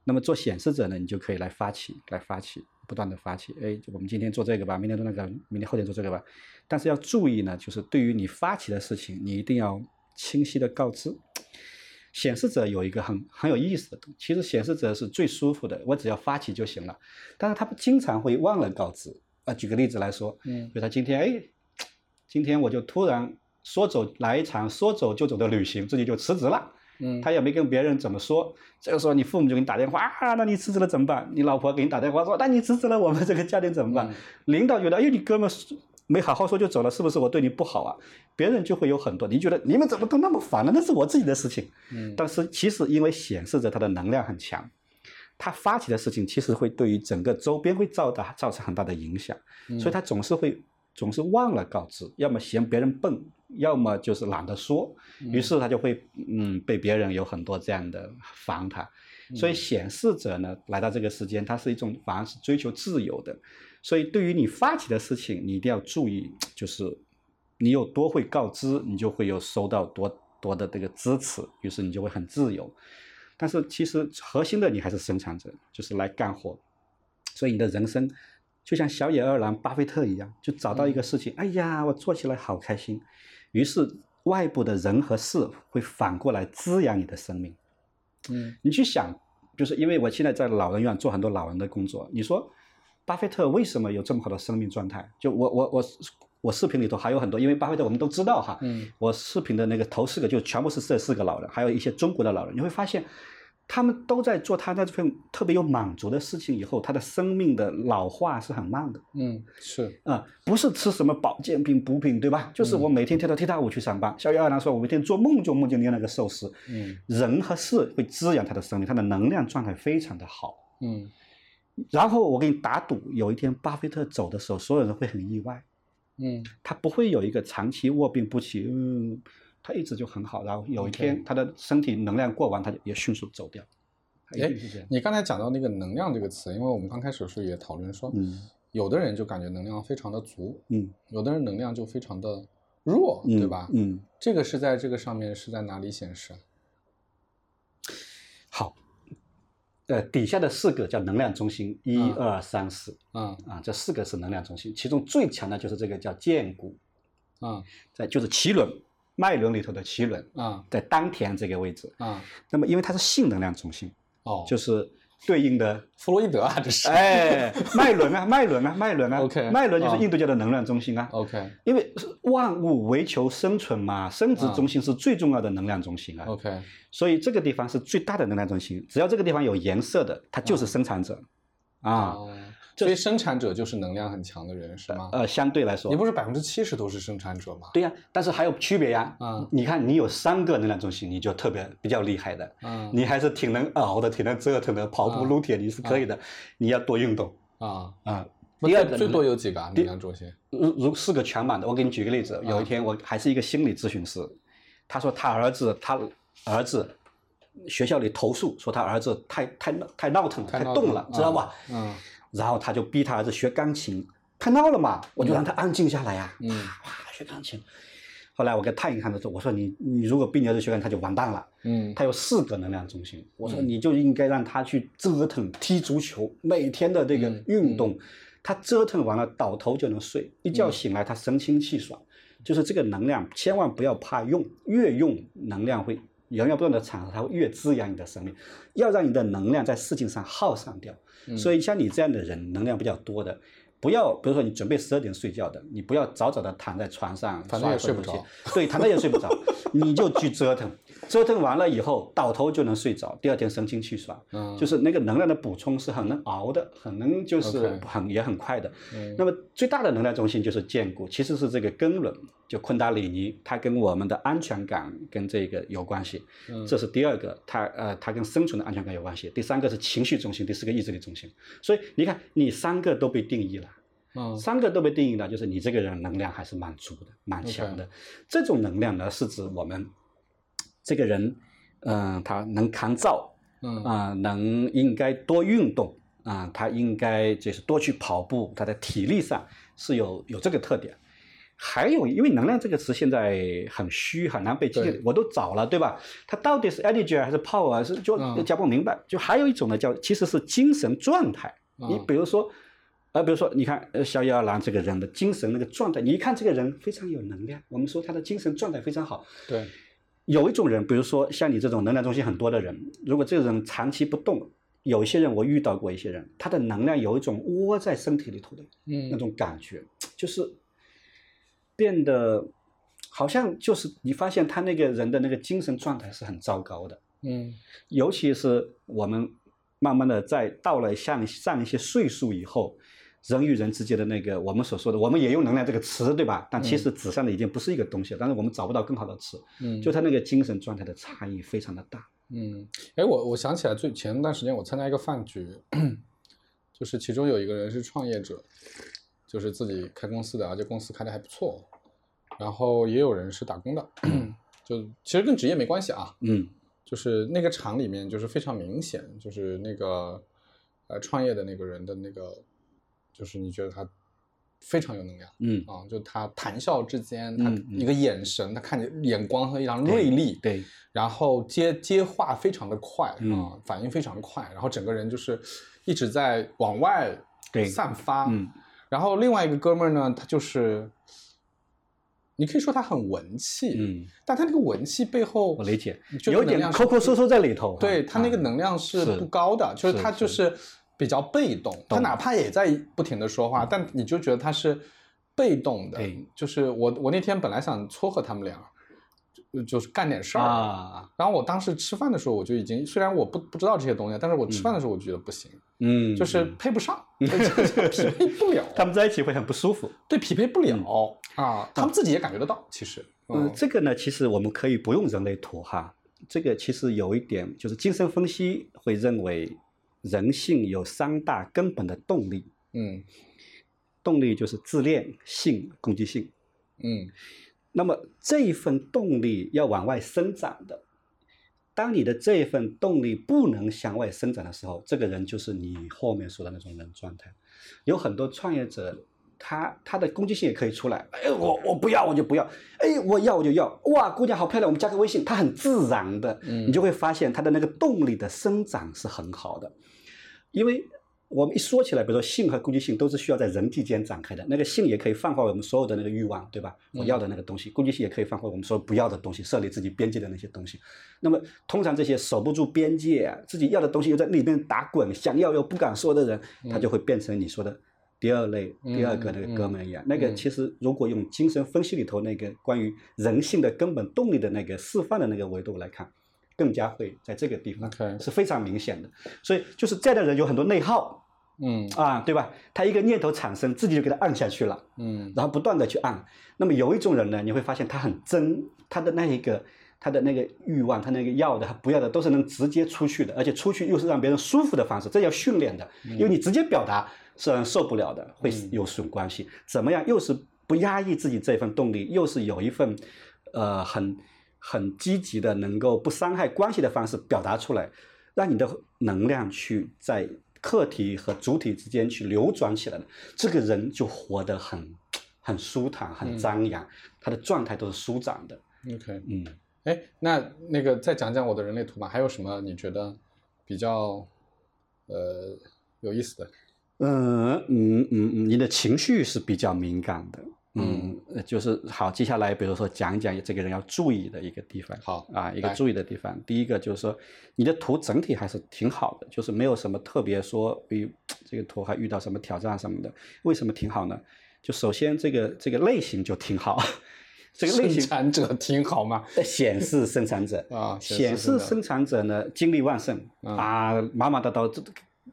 A: 那么做显示者呢，你就可以来发起，来发起，不断的发起。哎，我们今天做这个吧，明天做那个，明天后天做这个吧。但是要注意呢，就是对于你发起的事情，你一定要清晰的告知。显示者有一个很很有意思的东西，其实显示者是最舒服的，我只要发起就行了。但是他们经常会忘了告知。啊，举个例子来说，
B: 嗯
A: 比如他今天哎，今天我就突然说走来一场说走就走的旅行，自己就辞职了。
B: 嗯
A: 他也没跟别人怎么说。这个时候，你父母就给你打电话啊，那你辞职了怎么办？你老婆给你打电话说，那你辞职了，我们这个家庭怎么办？
B: 嗯
A: 领导觉得，哎呦，你哥们没好好说就走了，是不是我对你不好啊？别人就会有很多，你觉得你们怎么都那么烦呢？那是我自己的事情。
B: 嗯
A: 但是其实因为显示着他的能量很强，他发起的事情其实会对于整个周边会造大造成很大的影响，
B: 嗯
A: 所以他总是会总是忘了告知，要么嫌别人笨，要么就是懒得说，
B: 嗯
A: 于是他就会嗯被别人有很多这样的防他。所以显示者呢，来到这个世间，他是一种反而是追求自由的，所以对于你发起的事情，你一定要注意，就是你有多会告知，你就会有收到多多的这个支持，于是你就会很自由。但是其实核心的你还是生产者，就是来干活，所以你的人生就像小野二郎、巴菲特一样，就找到一个事情，哎呀，我做起来好开心，于是外部的人和事会反过来滋养你的生命。
B: 嗯
A: 你去想，就是因为我现在在老人院做很多老人的工作，你说巴菲特为什么有这么好的生命状态？就我我我我视频里头还有很多，因为巴菲特我们都知道哈，
B: 嗯
A: 我视频的那个头四个就全部是这四个老人，还有一些中国的老人，你会发现。他们都在做他那份特别有满足的事情，以后他的生命的老化是很慢的。
B: 嗯，是
A: 啊、不是吃什么保健品、补品，对吧？就是我每天跳到踢踏舞去上班。小野二郎说，我每天做梦就梦见捏那个寿司。
B: 嗯
A: 人和事会滋养他的生命，他的能量状态非常的好。
B: 嗯
A: 然后我给你打赌，有一天巴菲特走的时候，所有人会很意外，
B: 嗯
A: 他不会有一个长期卧病不起，嗯，他一直就很好，然后有一
B: OK
A: 天他的身体能量过完，他就也迅速走掉。他一定是这样。
B: 你刚才讲到那个能量这个词，因为我们刚开始的时候也讨论说，
A: 嗯
B: 有的人就感觉能量非常的足，
A: 嗯
B: 有的人能量就非常的弱，
A: 嗯，
B: 对吧？
A: 嗯，
B: 这个是在这个上面是在哪里显示？
A: 好，呃，底下的四个叫能量中心，一
B: 嗯
A: 二三四
B: 嗯
A: 啊，这四个是能量中心，其中最强的就是这个叫剑骨，
B: 嗯
A: 在就是脐轮脉轮里头的脐轮，
B: 嗯
A: 在丹田这个位置。
B: 嗯，
A: 那么因为它是性能量中心，
B: 哦，
A: 就是对应的
B: 弗洛伊德啊，这是。
A: 哎，脉轮啊，脉轮啊，脉轮啊
B: OK，
A: 脉轮就是
B: 啊
A: 印度教的能量中心啊，
B: OK
A: 因为是万物为求生存嘛，生殖
B: 啊
A: 中心是最重要的能量中心啊，
B: OK，
A: 所以这个地方是最大的能量中心，只要这个地方有颜色的，它就是生产者，啊，
B: 哦，所以生产者就是能量很强的人是吗？
A: 呃，相对来说
B: 啊你，不是百分之七十都是生产者吗？
A: 对呀，但是还有区别呀，
B: 啊
A: 你看你有三个能量中心，你就特别比较厉害的，
B: 嗯，
A: 你还是挺能熬的，挺能折腾的，跑步
B: 啊
A: 撸铁你是可以的，你要多运动
B: 啊，
A: 啊。
B: 那
A: 第二
B: 最
A: 个
B: 最
A: 能
B: 多有几个啊？
A: 第
B: 能量中心
A: 如如是个全满的，我给你举个例子，有一天我还是一个心理咨询师，他说他儿子他儿子学校里投诉说他儿子太太闹太闹腾了，
B: 太
A: 太
B: 闹
A: 动
B: 腾
A: 了
B: 了，
A: 知道
B: 啊
A: 吧？
B: 嗯
A: 然后他就逼他儿子学钢琴，太闹了嘛，我就让他安静下来呀、
B: 嗯
A: 哇，学钢琴。后来我跟太医看的时候，我说你你如果逼你儿子学钢琴，他就完蛋了。
B: 嗯
A: 他有四个能量中心，我说
B: 嗯
A: 你就应该让他去折腾踢足球，每天的这个
B: 嗯嗯
A: 运动，他折腾完了倒头就能睡，一觉醒来他神清气爽。就是这个能量，千万不要怕用，越用能量会源源不断的产生，它会越滋养你的生命。要让你的能量在事情上耗散掉。
B: 嗯
A: 所以像你这样的人，能量比较多的。不要，比如说你准备十二点睡觉的，你不要早早的躺在床上，
B: 反正也
A: 刷一会儿
B: 睡不着
A: 游戏，对，躺着也睡不着，你就去折腾，折腾完了以后倒头就能睡着，第二天神清气爽，
B: 嗯，
A: 就是那个能量的补充是很能熬的，很能就是
B: OK
A: 很也很快的。
B: 嗯
A: 那么最大的能量中心就是建骨，其实是这个根轮，就昆达里尼，它跟我们的安全感跟这个有关系，
B: 嗯
A: 这是第二个，它呃它跟生存的安全感有关系。第三个是情绪中心，第四个意志力中心。所以你看，你三个都被定义了，
B: 嗯
A: 三个都被定义了，就是你这个人能量还是蛮足的，蛮强的。这种能量呢，是指我们这个人，嗯、他能抗造。
B: 嗯
A: 啊、能应该多运动啊、他应该就是多去跑步，他的体力上是有有这个特点。还有，因为能量这个词现在很虚，很难被记
B: 对
A: 我都找了，对吧？它到底是 energy 还是 power，还是就
B: 嗯
A: 讲不明白。就还有一种呢，叫其实是精神状态。你
B: 嗯
A: 比如说，呃，比如说，你看呃逍遥郎这个人的精神那个状态，你一看这个人非常有能量，我们说他的精神状态非常好，
B: 对
A: 有一种人，比如说像你这种能量中心很多的人，如果这个人长期不动，有一些人我遇到过一些人，他的能量有一种窝在身体里头的那
B: 嗯
A: 种感觉，就是变得好像就是你发现他那个人的那个精神状态是很糟糕的，
B: 嗯
A: 尤其是我们慢慢的在到了像上一些岁数以后。人与人之间的那个，我们所说的，我们也用“能量”这个词，对吧？但其实纸上的已经不是一个东西了，但是我们找不到更好的词。
B: 嗯
A: 就他那个精神状态的差异非常的大。
B: 嗯，哎，我我想起来最前段时间我参加一个饭局， 就是其中有一个人是创业者，就是自己开公司的，而且公司开的还不错，然后也有人是打工的， 就其实跟职业没关系啊，
A: 嗯
B: 就是那个厂里面就是非常明显，就是那个呃创业的那个人的那个，就是你觉得他非常有能量
A: 嗯，
B: 啊，就他谈笑之间，他
A: 嗯嗯
B: 一个眼神，他看你眼光和一张
A: 对
B: 锐利，
A: 对，
B: 然后接接话非常的快啊、
A: 嗯
B: 反应非常快，然后整个人就是一直在往外
A: 对
B: 散发。
A: 嗯
B: 然后另外一个哥们儿呢，他就是，你可以说他很文气，
A: 嗯，
B: 但他那个文气背后，
A: 我理解
B: 你，觉得
A: 有
B: 能
A: 点
B: 量是
A: 抠抠搜搜在里头。
B: 对
A: 啊
B: 他那个能量是
A: 是
B: 不高的，就是
A: 是
B: 他就是比较被动，他
A: 懂嗯
B: 哪怕也在不停的说话，但你就觉得他是被动的
A: 对。
B: 就是我我那天本来想撮合他们俩，呃就就是干点事儿。
A: 啊，
B: 然后我当时吃饭的时候，我就已经虽然我不不知道这些东西，但是我吃
A: 嗯
B: 饭的时候我就觉得不行，
A: 嗯，
B: 就 是
A: 嗯
B: 配不上，就是 匹配不了，
A: 他们在一起会很不舒服。
B: 对匹配不了、啊，他们自己也感觉得到，其实，
A: 嗯，这个呢，其实我们可以不用人类图哈。这个其实有一点，就是精神分析会认为人性有三大根本的动力，
B: 嗯
A: 动力就是自恋、性、攻击性。
B: 嗯
A: 那么这一份动力要往外生长的，当你的这一份动力不能向外生长的时候，这个人就是你后面说的那种人状态。有很多创业者他他的攻击性也可以出来。哎，我我不要我就不要，哎，我要我就要。哇，姑娘好漂亮，我们加个微信，他很自然的，
B: 嗯
A: 你就会发现他的那个动力的生长是很好的。因为我们一说起来，比如说性和攻击性都是需要在人际间展开的。那个性也可以泛化为我们所有的那个欲望，对吧？我要的那个东西，攻击性也可以泛化为我们所有不要的东西，设立自己边界的那些东西。那么通常这些守不住边界，啊自己要的东西又在里面打滚，想要又不敢说的人，他就会变成你说的第二类、第二个那个哥们一样。那个其实如果用精神分析里头那个关于人性的根本动力的那个示范的那个维度来看，更加会在这个地方
B: 嗯 OK
A: 是非常明显的。所以就是这样的人有很多内耗
B: 嗯
A: 啊，对吧？他一个念头产生，自己就给他按下去了。
B: 嗯
A: 然后不断的去按。那么有一种人呢，你会发现他很真，他的那一个他的那个欲望，他那个要的，他不要的，都是能直接出去的，而且出去又是让别人舒服的方式，这要训练的，因为你直接表达是让人受不了的，会
B: 嗯
A: 有损关系。怎么样，又是不压抑自己这份动力，又是有一份呃很很积极的，能够不伤害关系的方式表达出来，让你的能量去在。客体和主体之间去流转起来的，这个人就活得很很舒
B: 嗯
A: 坦、很张扬，他的状态都是舒展的。
B: ，OK。
A: 嗯，
B: 哎，那那个再讲讲我的人类图吧，还有什么你觉得比较呃有意思的？
A: 嗯嗯嗯嗯，你的情绪是比较敏感的。
B: 嗯
A: 嗯，呃就是好，接下来比如说讲一讲这个人要注意的一个地方。
B: 好
A: 啊，一个
B: 来
A: 注意的地方，第一个就是说，你的图整体还是挺好的，就是没有什么特别说，哎，这个图还遇到什么挑战什么的。为什么挺好呢？就首先这个这个类型就挺好， 这个类
B: 生
A: 型
B: 产者挺好嘛？
A: 呃显示生产者
B: 啊显
A: 显
B: 示
A: 示
B: 生产
A: 生产者呢精力旺盛、
B: 嗯
A: 啊，马马叨叨，这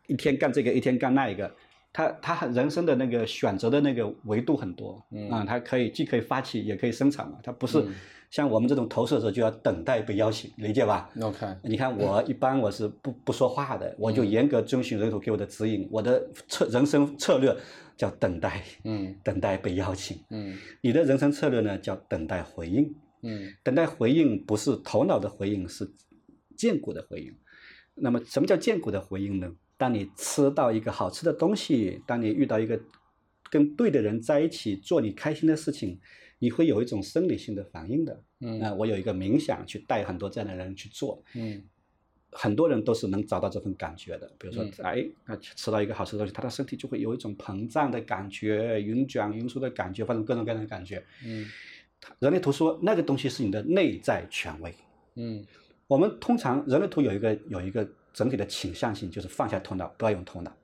A: 一天干这个，一天干那一个。他他很人生的那个选择的那个维度很多，
B: 嗯
A: 啊，他可以既可以发起，也可以生产嘛。他不是
B: 嗯
A: 像我们这种投射者就要等待被邀请，理解吧？
B: OK，
A: 你看我一般我是不不说话
B: 嗯
A: 的，我就严格遵循人头给我的指引，我的策人生策略叫等待，
B: 嗯
A: 等待被邀请。
B: 嗯
A: 你的人生策略呢叫等待回应，
B: 嗯
A: 等待回应不是头脑的回应，是剑骨的回应。那么，什么叫剑骨的回应呢？当你吃到一个好吃的东西，当你遇到一个跟对的人在一起，做你开心的事情，你会有一种生理性的反应的。那、
B: 嗯
A: 我有一个冥想，去带很多这样的人去做，
B: 嗯
A: 很多人都是能找到这份感觉的。比如说
B: 嗯，
A: 哎，那吃到一个好吃的东西，他的身体就会有一种膨胀的感觉、云卷云舒的感觉，反正各种各样的感觉。
B: 嗯
A: 他人类图说，那个东西是你的内在权威。
B: 嗯
A: 我们通常人类图有一个有一个整体的倾向性，就是放下头脑，不要用头脑。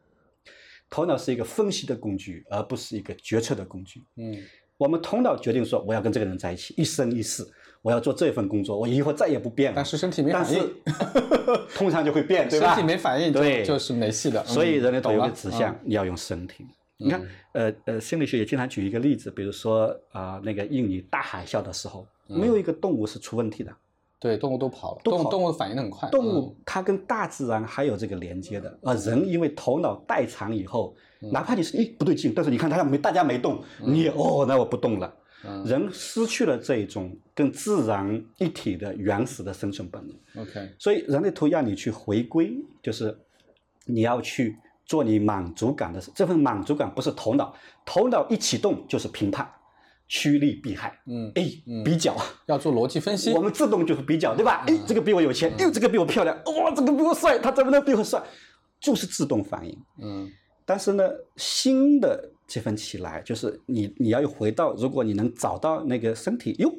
A: 头脑是一个分析的工具，而不是一个决策的工具。
B: 嗯
A: 我们头脑决定说我要跟这个人在一起，一生一世，我要做这份工作，我以后再也不变了。
B: 但是身体没
A: 但
B: 反
A: 是
B: 应，
A: 通常就会变，对吧？
B: 身体没反应就
A: 对
B: 就是没戏的。
A: 所以
B: 嗯
A: 人类图
B: 懂
A: 有个
B: 了嗯
A: 指向，你要用身体。你看，呃呃，心理学也经常举一个例子，比如说啊、那个印尼大海啸的时候，
B: 嗯
A: 没有一个动物是出问题的。
B: 对，动物都跑了，
A: 都
B: 动物
A: 跑
B: 动物反应的很快。
A: 动物它跟大自然还有这个连接的，而人因为头脑代偿以后，
B: 嗯
A: 哪怕你是咦不对劲，但是你看它没大家没动，你也哦那我不动了，
B: 嗯
A: 人失去了这种跟自然一体的原始的生存本能，
B: 嗯 OK，
A: 所以人类图要你去回归，就是你要去做你满足感的事，这份满足感不是头脑，头脑一启动就是评判，趋利避害，
B: 嗯，
A: 哎
B: 嗯
A: 比较。
B: 要做逻辑分析
A: 我。们自动就是比较，对吧？哎，这个比我有钱，哎，这个比我漂亮，哇，这个比我帅，他怎么能比我帅？就是自动反应。
B: 嗯
A: 但是呢，新的这份起来，就是你你要回到，如果你能找到那个身体，哟，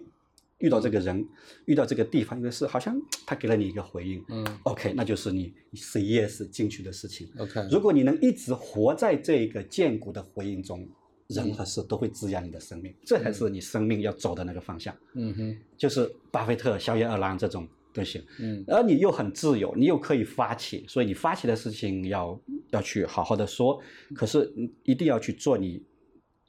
A: 遇到这个人，遇到这个地方，一个事，好像他给了你一个回应。
B: 嗯
A: OK，那就是你 say yes 进去的事情。
B: ，OK，
A: 如果你能一直活在这个剑骨的回应中，人和事都会滋养你的生命，这才是你生命要走的那个方向。
B: 嗯哼，
A: 就是巴菲特、小野二郎这种都行。
B: 嗯
A: 而你又很自由，你又可以发起，所以你发起的事情要要去好好的说，可是你一定要去做你。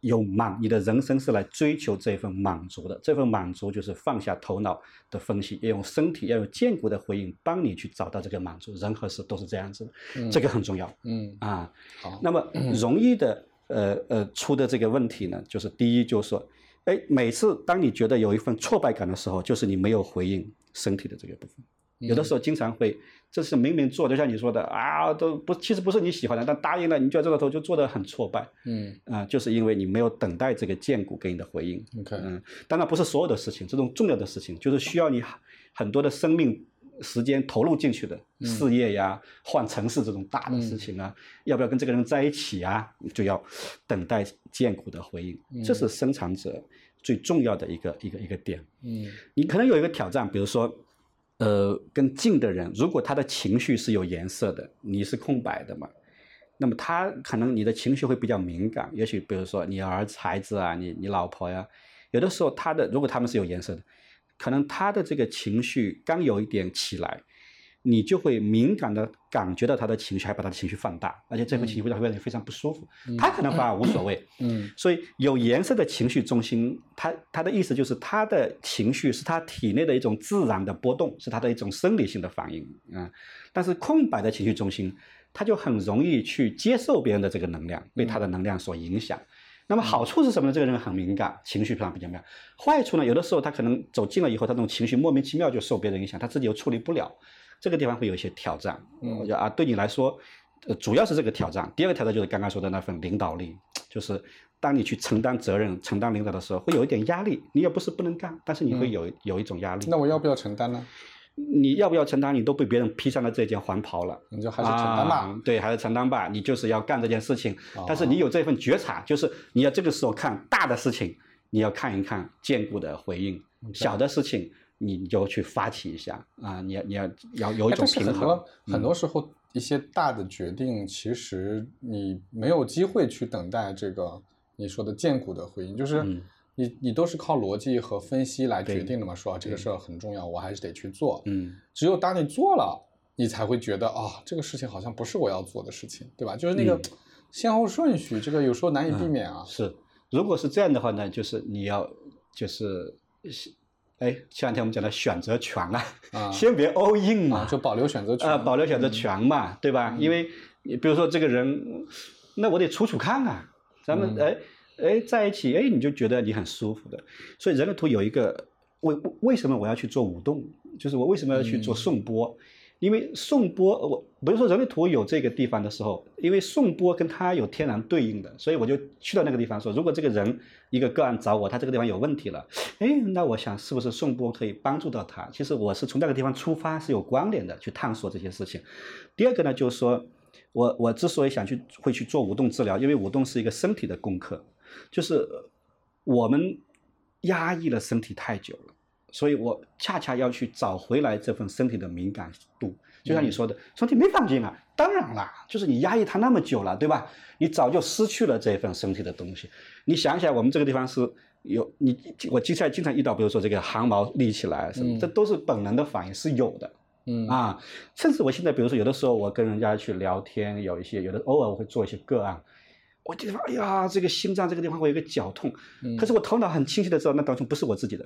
A: 有满，你的人生是来追求这份满足的。这份满足就是放下头脑的分析，要用身体，要用剑骨的回应，帮你去找到这个满足。人和事都是这样子的，
B: 嗯
A: 这个很重要
B: 嗯，
A: 啊。
B: 好，
A: 那么容易的呃呃出的这个问题呢，就是第一就是说，哎，每次当你觉得有一份挫败感的时候，就是你没有回应身体的这个部分。
B: 嗯
A: 有的时候经常会，这是明明做的，就像你说的啊，都不其实不是你喜欢的，但答应了你就要这个头，就做的很挫败
B: 嗯
A: 啊、就是因为你没有等待这个荐股给你的回应。
B: ，OK，
A: 嗯，当然不是所有的事情，这种重要的事情就是需要你很很多的生命时间投入进去的，
B: 嗯
A: 事业呀、换城市这种大的事情啊，要不要跟这个人在一起啊，就要等待建股的回应，这是生产者最重要的一个一个一个点。
B: 嗯
A: 你可能有一个挑战，比如说，呃，跟近的人，如果他的情绪是有颜色的，你是空白的嘛，那么他可能你的情绪会比较敏感。也许比如说你儿子、孩子啊，你你老婆呀、有的时候他的如果他们是有颜色的，可能他的这个情绪刚有一点起来。你就会敏感的感觉到他的情绪，还把他的情绪放大，而且这个情绪会让会让你非常不舒服。他可能反而无所谓，
B: 嗯
A: 所以有颜色的情绪中心，它它的意思就是它的情绪是它体内的一种自然的波动，是它的一种生理性的反应啊、嗯但是空白的情绪中心，它就很容易去接受别人的这个能量，
B: 嗯
A: 被他的能量所影响。那么好处是什么呢？这个人很敏感，情绪上比较敏感。坏处呢，有的时候他可能走近了以后，他这种情绪莫名其妙就受别人影响，他自己又处理不了，这个地方会有一些挑战。
B: 嗯
A: 我觉得啊，对你来说，呃，主要是这个挑战。第二个挑战就是刚刚说的那份领导力，就是当你去承担责任、承担领导的时候，会有一点压力。你也不是不能干，但是你会有、有一种压力。
B: 嗯那我要不要承担呢？
A: 你要不要承担？你都被别人披上了这件黄袍了。
B: 你就还是承担吧
A: 啊。对，还是承担吧。你就是要干这件事情，
B: 哦
A: 但是你有这份觉察，就是你要这个时候看大的事情，你要看一看坚固的回应；小的事情，你就去发起一下啊！你要你要要有一
B: 哎
A: 种
B: 但是
A: 平
B: 很
A: 衡嗯
B: 多。很多时候，一些大的决定，其实你没有机会去等待这个你说的荐股的回应，就是
A: 嗯
B: 你你都是靠逻辑和分析来决
A: 对
B: 定的嘛，说啊这个
A: 对
B: 事儿很重要，我还是得去做。
A: 嗯，
B: 只有当你做了，你才会觉得啊、这个事情好像不是我要做的事情，对吧？就是那个
A: 嗯
B: 先后顺序，这个有时候难以避免啊。
A: 是。如果是这样的话呢，就是你要就是，哎，前两天我们讲的选择权啊，
B: 啊
A: 先别 all in 嘛，
B: 啊，就保留选择权，嗯
A: 呃，保留选择权嘛，对吧？因为你比如说这个人，那我得处处看啊，咱们
B: 嗯
A: 哎哎在一起，哎你就觉得你很舒服的。所以人类图有一个为为什么我要去做舞动，就是我为什么要去做
B: 嗯
A: 颂钵。因为颂钵，呃我比如说人类图有这个地方的时候，因为颂钵跟它有天然对应的，所以我就去到那个地方说，如果这个人一个个案找我，他这个地方有问题了，哎，那我想是不是颂钵可以帮助到他？其实我是从那个地方出发是有关联的，去探索这些事情。第二个呢，就是说我我之所以想去会去做舞动治疗，因为舞动是一个身体的功课，就是呃我们压抑了身体太久了。所以我恰恰要去找回来这份身体的敏感度，就像你说的，身体没放进啊，当然啦，就是你压抑它那么久了，对吧？你早就失去了这份身体的东西。你想想，我们这个地方是有你，我经常经常遇到，比如说这个汗毛立起来什么，
B: 嗯
A: 这都是本能的反应，是有的。
B: 嗯
A: 啊，甚至我现在，比如说有的时候我跟人家去聊天，有一些有的偶尔我会做一些个案，我就说哎呀，这个心脏这个地方会有一个绞痛，
B: 嗯
A: 可是我头脑很清晰的知道那绞痛不是我自己的，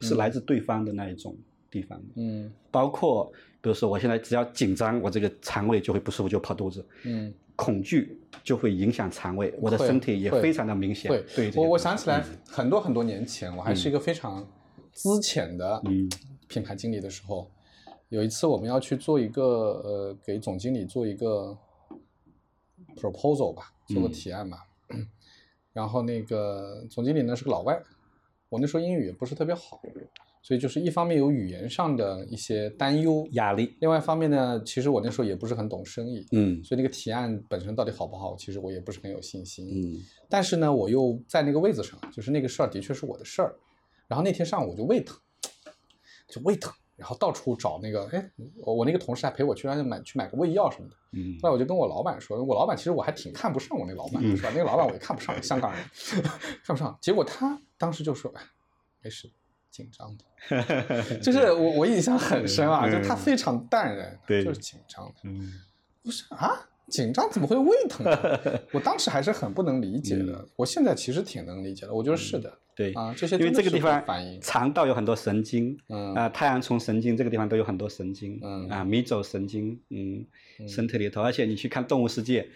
A: 是来自对方的那一种地方的，
B: 嗯
A: 包括比如说我现在只要紧张，我这个肠胃就会不舒服，就跑肚子，
B: 嗯，
A: 恐惧就会影响肠胃，我的
B: 会
A: 身体也
B: 会
A: 非常的明显。
B: 对，
A: 对这些
B: 我
A: 东
B: 我
A: 西嗯
B: 想起来很多很多年前，我还是一个非常资浅的
A: 嗯
B: 品牌经理的时候，有一次我们要去做一个呃，给总经理做一个 proposal 吧，做个
A: 嗯
B: 提案吧。然后那个总经理呢是个老外，我那时候英语也不是特别好，所以就是一方面有语言上的一些担忧，
A: 压力，
B: 另外一方面呢，其实我那时候也不是很懂生意，
A: 嗯
B: 所以那个提案本身到底好不好，其实我也不是很有信心。
A: 嗯
B: 但是呢，我又在那个位子上，就是那个事儿的确是我的事儿。然后那天上午我就胃疼，就胃疼，然后到处找那个，哎，我我那个同事还陪我去让他买去买个胃药什么的。
A: 嗯
B: 后来我就跟我老板说，我老板其实我还挺看不上我那老板，
A: 嗯
B: 是吧？那个老板我也看不上，香港人 看不上。结果他当时就说，哎，没事，紧张的。就是我我印象很深啊，就他非常淡然，
A: 对
B: 就是紧张的。
A: 嗯
B: 不是啊，紧张怎么会胃疼呢？ 我当时还是很不能理解的，我现在其实挺能理解的，我觉得是的、
A: 对。
B: 啊，这些
A: 嗯因为
B: 真的
A: 这个
B: 是
A: 地
B: 会
A: 方
B: 反应，
A: 肠道有很多神经，
B: 嗯
A: 啊、太阳丛神经这个地方都有很多神经，
B: 嗯
A: 啊，迷走神经，嗯，身体里头，而且你去看动物世界，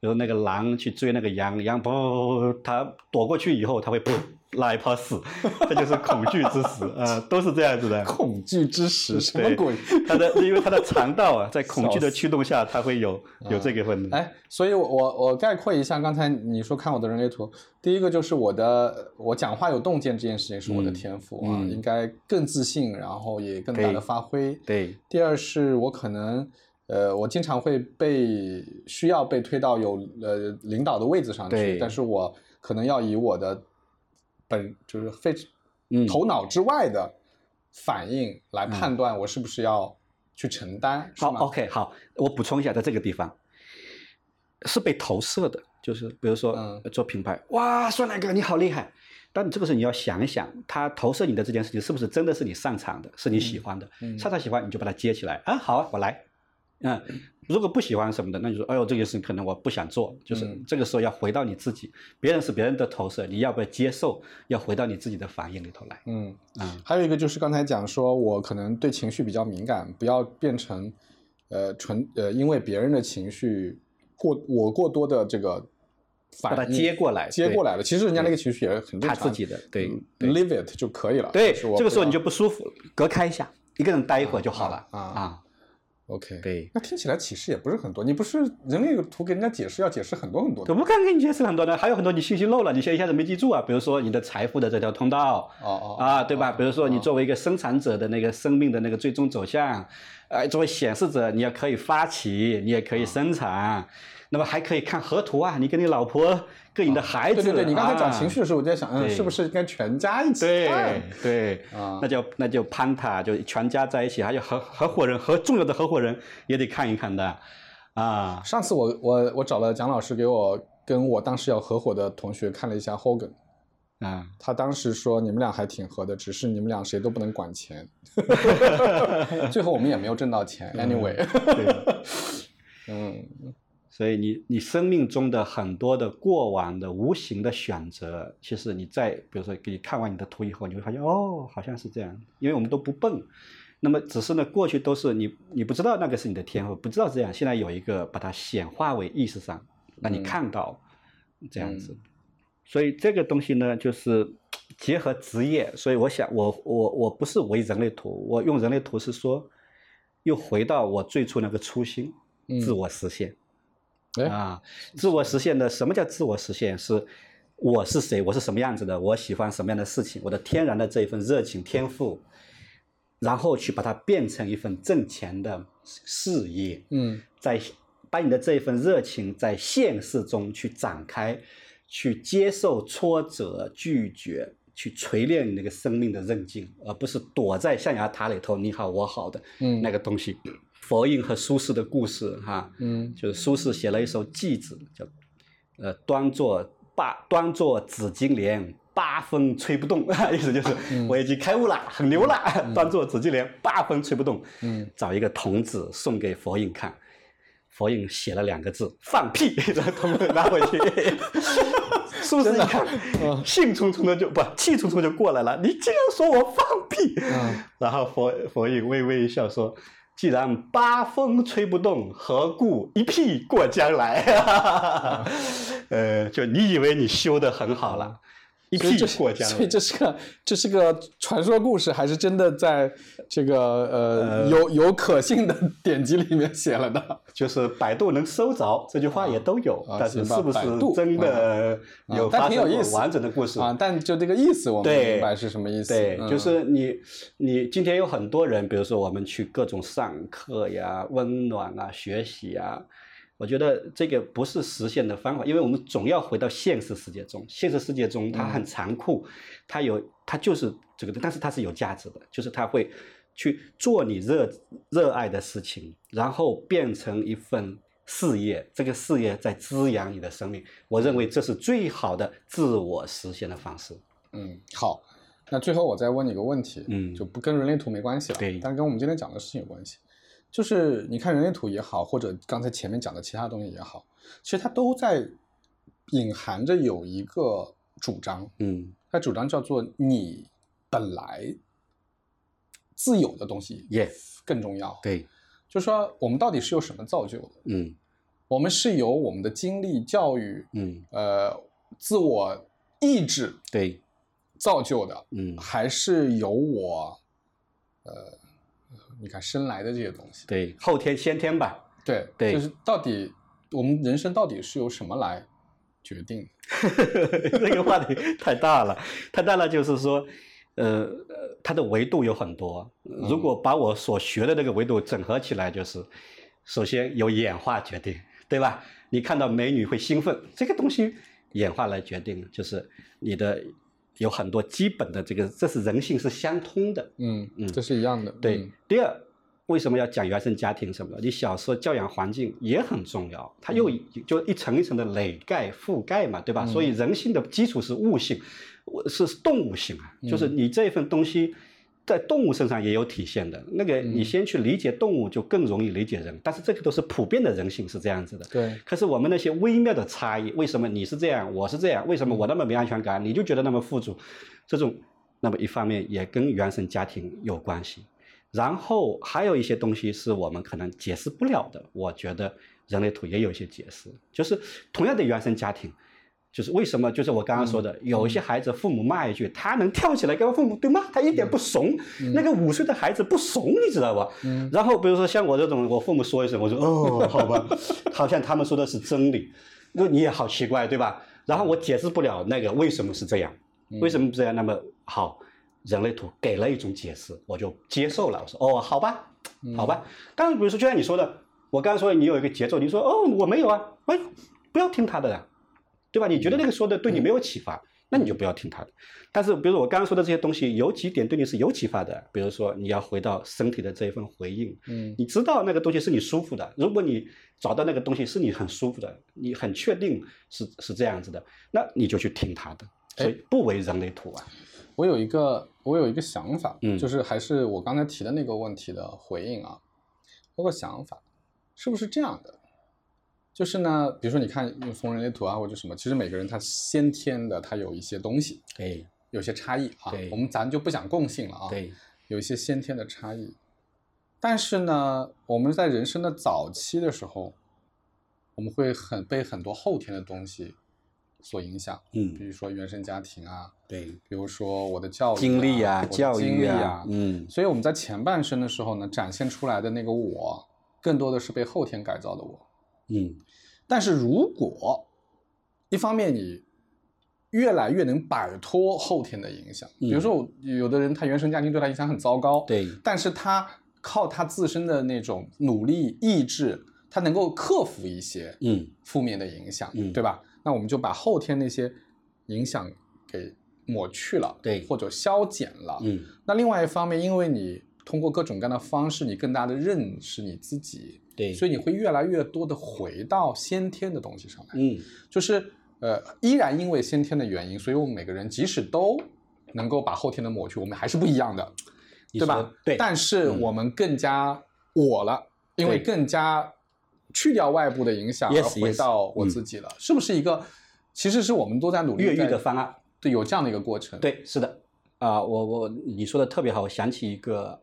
A: 然后那个狼去追那个羊，羊噗，它躲过去以后，它会噗拉一泡屎，这就是恐惧之死啊、呃都是这样子的。
B: 恐惧 之石什么
A: 对
B: 鬼？
A: 它的因为它的肠道啊，在恐惧
B: 笑
A: 的
B: 死
A: 驱动下，它会有有这个分的。
B: 哎，所以我我我概括一下刚才你说看我的人类图，第一个就是我的我讲话有洞见这件事情是我的
A: 嗯
B: 天赋啊，
A: 嗯
B: 应该更自信，然后也更大
A: 对
B: 的发挥。
A: 对，
B: 第二是我可能，呃，我经常会被需要被推到有呃领导的位置上去
A: 对，
B: 但是我可能要以我的本就是非
A: 嗯
B: 头脑之外的反应来判断我是不是要去承担，是
A: 好
B: 吗？
A: 哦，OK，好，我补充一下，在这个地方是被投射的，就是比如说、
B: 嗯
A: 做品牌，哇，酸奶哥你好厉害，但你这个时候你要想一想，他投射你的这件事情是不是真的是你擅长的，是你喜
B: 嗯
A: 欢的，
B: 嗯
A: 擅长喜欢你就把它接起来啊，好啊，我来，嗯，如果不喜欢什么的，那你说，哎呦，这件事情可能我不想做，就是
B: 嗯
A: 这个时候要回到你自己，别人是别人的投射，你要不要接受，要回到你自己的反应里头来，
B: 嗯，
A: 嗯，
B: 还有一个就是刚才讲说，我可能对情绪比较敏感，不要变成，呃，纯呃，因为别人的情绪过我过多的这个
A: 把
B: 反
A: 它
B: 应
A: 接过来，
B: 接
A: 对
B: 过来了。其实人家那个情绪也很正常，
A: 他自己的，对
B: 嗯，
A: 对。
B: ，live it 就可以了。
A: 对，
B: 就是我
A: 这个
B: 不
A: 时候你就
B: 要
A: 不舒服了，隔开一下，一个人待一会儿就好了
B: 啊啊 OK。
A: 对，
B: 那听起来启示也不是很多，你不是人类图给人家解释要解释很多很多的
A: 怎么刚给你解释了很多呢？还有很多你信息漏了，你现在一下子没记住啊，比如说你的财富的这条通道。
B: 哦哦
A: 啊，对吧？比如说你
B: 哦
A: 作为一个生产者的那个生命的那个最终走向，呃，作为显示者，你也可以发起，你也可以生
B: 哦
A: 产，那么还可以看河图啊，你跟你老婆，跟你的孩子，
B: 哦对对对，你刚才讲情绪
A: 啊，
B: 的时候，我就在想，嗯，
A: 对
B: 是不是该全家一起
A: 对
B: 看
A: 对，
B: 啊
A: 那？就那就攀塔，就全家在一起，还有合合伙人和重要的合伙人也得看一看的，啊，
B: 上次我我我找了蒋老师给我跟我当时要合伙的同学看了一下 Hogan，
A: 啊，
B: 他当时说你们俩还挺合的，只是你们俩谁都不能管钱。 最后我们也没有挣到钱，anyway。
A: 嗯 对，
B: 嗯
A: 所以你你生命中的很多的过往的无形的选择，其实你在比如说给你看完你的图以后，你会发现哦，好像是这样，因为我们都不笨。那么只是呢，过去都是你你不知道那个是你的天赋，不知道这样，现在有一个把它显化为意识上，让你
B: 嗯
A: 看到、这样子
B: 嗯。
A: 所以这个东西呢，就是结合职业。所以我想，我我我不是为人类图，我用人类图是说，又回到我最初那个初心，
B: 嗯
A: 自我实现。
B: 哎
A: 啊，自我实现的什么叫自我实现？是我是谁，我是什么样子的，我喜欢什么样的事情，我的天然的这一份热情天赋，然后去把它变成一份挣钱的事业，
B: 嗯
A: 在把你的这一份热情在现实中去展开，去接受挫折、拒绝。去锤炼你那个生命的韧劲，而不是躲在象牙塔里头你好我好的
B: 嗯，
A: 那个东西。佛印和苏轼的故事哈、
B: 嗯
A: 就是苏轼写了一首寄子，叫呃端坐八端坐紫金莲，八风吹不动， 意思就是、我已经开悟了，很牛了，端坐紫金莲，八风吹不动。
B: 嗯，
A: 找一个童子送给佛印看，佛印写了两个字“放屁”， 然后童子拿回去。苏轼一看，
B: 嗯
A: 兴冲冲的就不气冲冲地就过来了，你竟然说我放屁！
B: 嗯
A: 然后佛佛印微微一笑说：“既然八风吹不动，何故一屁过江来？” 呃，就你以为你修的很好了，一
B: 嗯所以
A: 屁
B: 这是
A: 过江
B: 所以
A: 来。
B: 这是个这是个传说故事，还是真的在这个呃
A: 呃
B: 有有可信的 典籍里面写了的？
A: 就是百度能搜着这句话也都有，
B: 啊
A: 但是
B: 行吧
A: 是不是
B: 百度
A: 真的
B: 啊
A: 有
B: 但
A: 发
B: 挺
A: 生
B: 有
A: 过
B: 意思
A: 完整的故事？
B: 啊，但就这个意思，我们
A: 对
B: 明白是什么意思。
A: 对，
B: 嗯
A: 就是你，你今天有很多人，比如说我们去各种上课呀、温暖啊、学习啊，我觉得这个不是实现的方法，因为我们总要回到现实世界中。现实世界中它很残酷，它有它就是这个，但是它是有价值的，就是它会去做你热热爱的事情，然后变成一份事业，这个事业在滋养你的生命。我认为这是最好的自我实现的方式。
B: 嗯，好，那最后我再问你个问题，
A: 嗯
B: 就不跟人类图没关系了，
A: 对
B: 但跟我们今天讲的事情有关系。就是你看人类图也好，或者刚才前面讲的其他东西也好，其实它都在隐含着有一个主张，
A: 嗯，
B: 它主张叫做你本来自有的东西
A: Yes
B: 更重要。
A: 对，
B: 就说我们到底是由什么造就的？
A: 嗯。
B: 我们是由我们的经历、教育、
A: 嗯，
B: 呃自我意志
A: 对，
B: 造就的，
A: 嗯，
B: 还是由我呃你看生来的这些东西？
A: 对，后天先天吧，
B: 对
A: 对
B: 就是到底我们人生到底是由什么来决定的？
A: 这个话题太大了，太大了，就是说，呃，呃它的维度有很多。如果把我所学的那个维度整合起来，就是，首先由演化决定，对吧？你看到美女会兴奋，这个东西演化来决定，就是你的有很多基本的这个，这是人性是相通的。
B: 嗯
A: 嗯
B: 这是一样的。
A: 对，
B: 嗯
A: 第二，为什么要讲原生家庭什么的？你小时候教养环境也很重要，它又就一层一层的累盖覆盖嘛，对吧？
B: 嗯
A: 所以人性的基础是物性，我是动物性啊，就是
B: 嗯
A: 你这份东西。在动物身上也有体现的，那个你
B: 嗯
A: 先去理解动物就更容易理解人，但是这个都是普遍的人性是这样子的。
B: 对，
A: 可是我们那些微妙的差异，为什么你是这样，我是这样？为什么我那么没安全感，你就觉得那么富足？这种，那么一方面也跟原生家庭有关系，然后还有一些东西是我们可能解释不了的。我觉得人类图也有一些解释，就是同样的原生家庭，就是为什么就是我刚刚说的，有一些孩子父母骂一句，他能跳起来跟父母对骂，他一点不怂。那个五岁的孩子不怂，你知道吧？
B: 嗯
A: 然后比如说像我这种，我父母说一声，我说哦，好吧，好像他们说的是真理，那你也好奇怪，对吧？然后我解释不了那个为什么是这样，为什么这样？那么好，人类图给了一种解释，我就接受了。我说哦，好吧，好吧。刚刚比如说就像你说的，我刚刚说你有一个节奏，你说哦我没有啊，哎，不要听他的呀，啊对吧？你觉得那个说的对你没有启发，那你就不要听他的。但是，比如我刚刚说的这些东西，有几点对你是有启发的，比如说你要回到身体的这一份回应，
B: 嗯
A: 你知道那个东西是你舒服的。如果你找到那个东西是你很舒服的，你很确定是是这样子的，那你就去听他的，
B: 哎
A: 所以不为人类图啊。
B: 我有一个我有一个想法，
A: 嗯
B: 就是还是我刚才提的那个问题的回应啊，我有个想法，是不是这样的？就是呢，比如说你看用从人类图啊或者什么，其实每个人他先天的他有一些东西，
A: 对
B: 有些差异啊
A: 对，
B: 我们咱就不讲共性了啊，
A: 对，
B: 有一些先天的差异。但是呢，我们在人生的早期的时候，我们会很被很多后天的东西所影响，比
A: 嗯，
B: 如说原生家庭啊，
A: 对，
B: 比如说我的教育、啊、
A: 经历
B: 我
A: 啊，
B: 的
A: 教
B: 经
A: 育
B: 历
A: 啊，嗯，
B: 所以我们在前半生的时候呢，展现出来的那个我，更多的是被后天改造的我。
A: 嗯，
B: 但是如果一方面你越来越能摆脱后天的影响，比如说我有的人他原生家庭对他影响很糟糕，，
A: 嗯对
B: 但是他靠他自身的那种努力意志，他能够克服一些
A: 嗯，
B: 负面的影响，
A: 嗯
B: 对吧？那我们就把后天那些影响给抹去了，
A: 对
B: 或者消减了，
A: 嗯，
B: 那另外一方面，因为你通过各种各样的方式，你更大的认识你自己，
A: 对，
B: 所
A: 以
B: 以你会越来越多的回到先天的东西上来。
A: 嗯，
B: 就是呃，依然因为先天的原因，所以我们每个人即使都能够把后天的抹去，我们还是不一样的，
A: 你
B: 对吧
A: 说？对，
B: 但是
A: 嗯
B: 我们更加我了，因为
A: 对
B: 更加去掉外部的影响，而
A: Yes,
B: 回
A: yes，嗯
B: 到我自己了，是不是一个？其实是我们都在努力
A: 越狱
B: 在
A: 的方案。
B: 对有这样的一个过程。，
A: 对，是的，啊、我我你说的特别好，我想起一个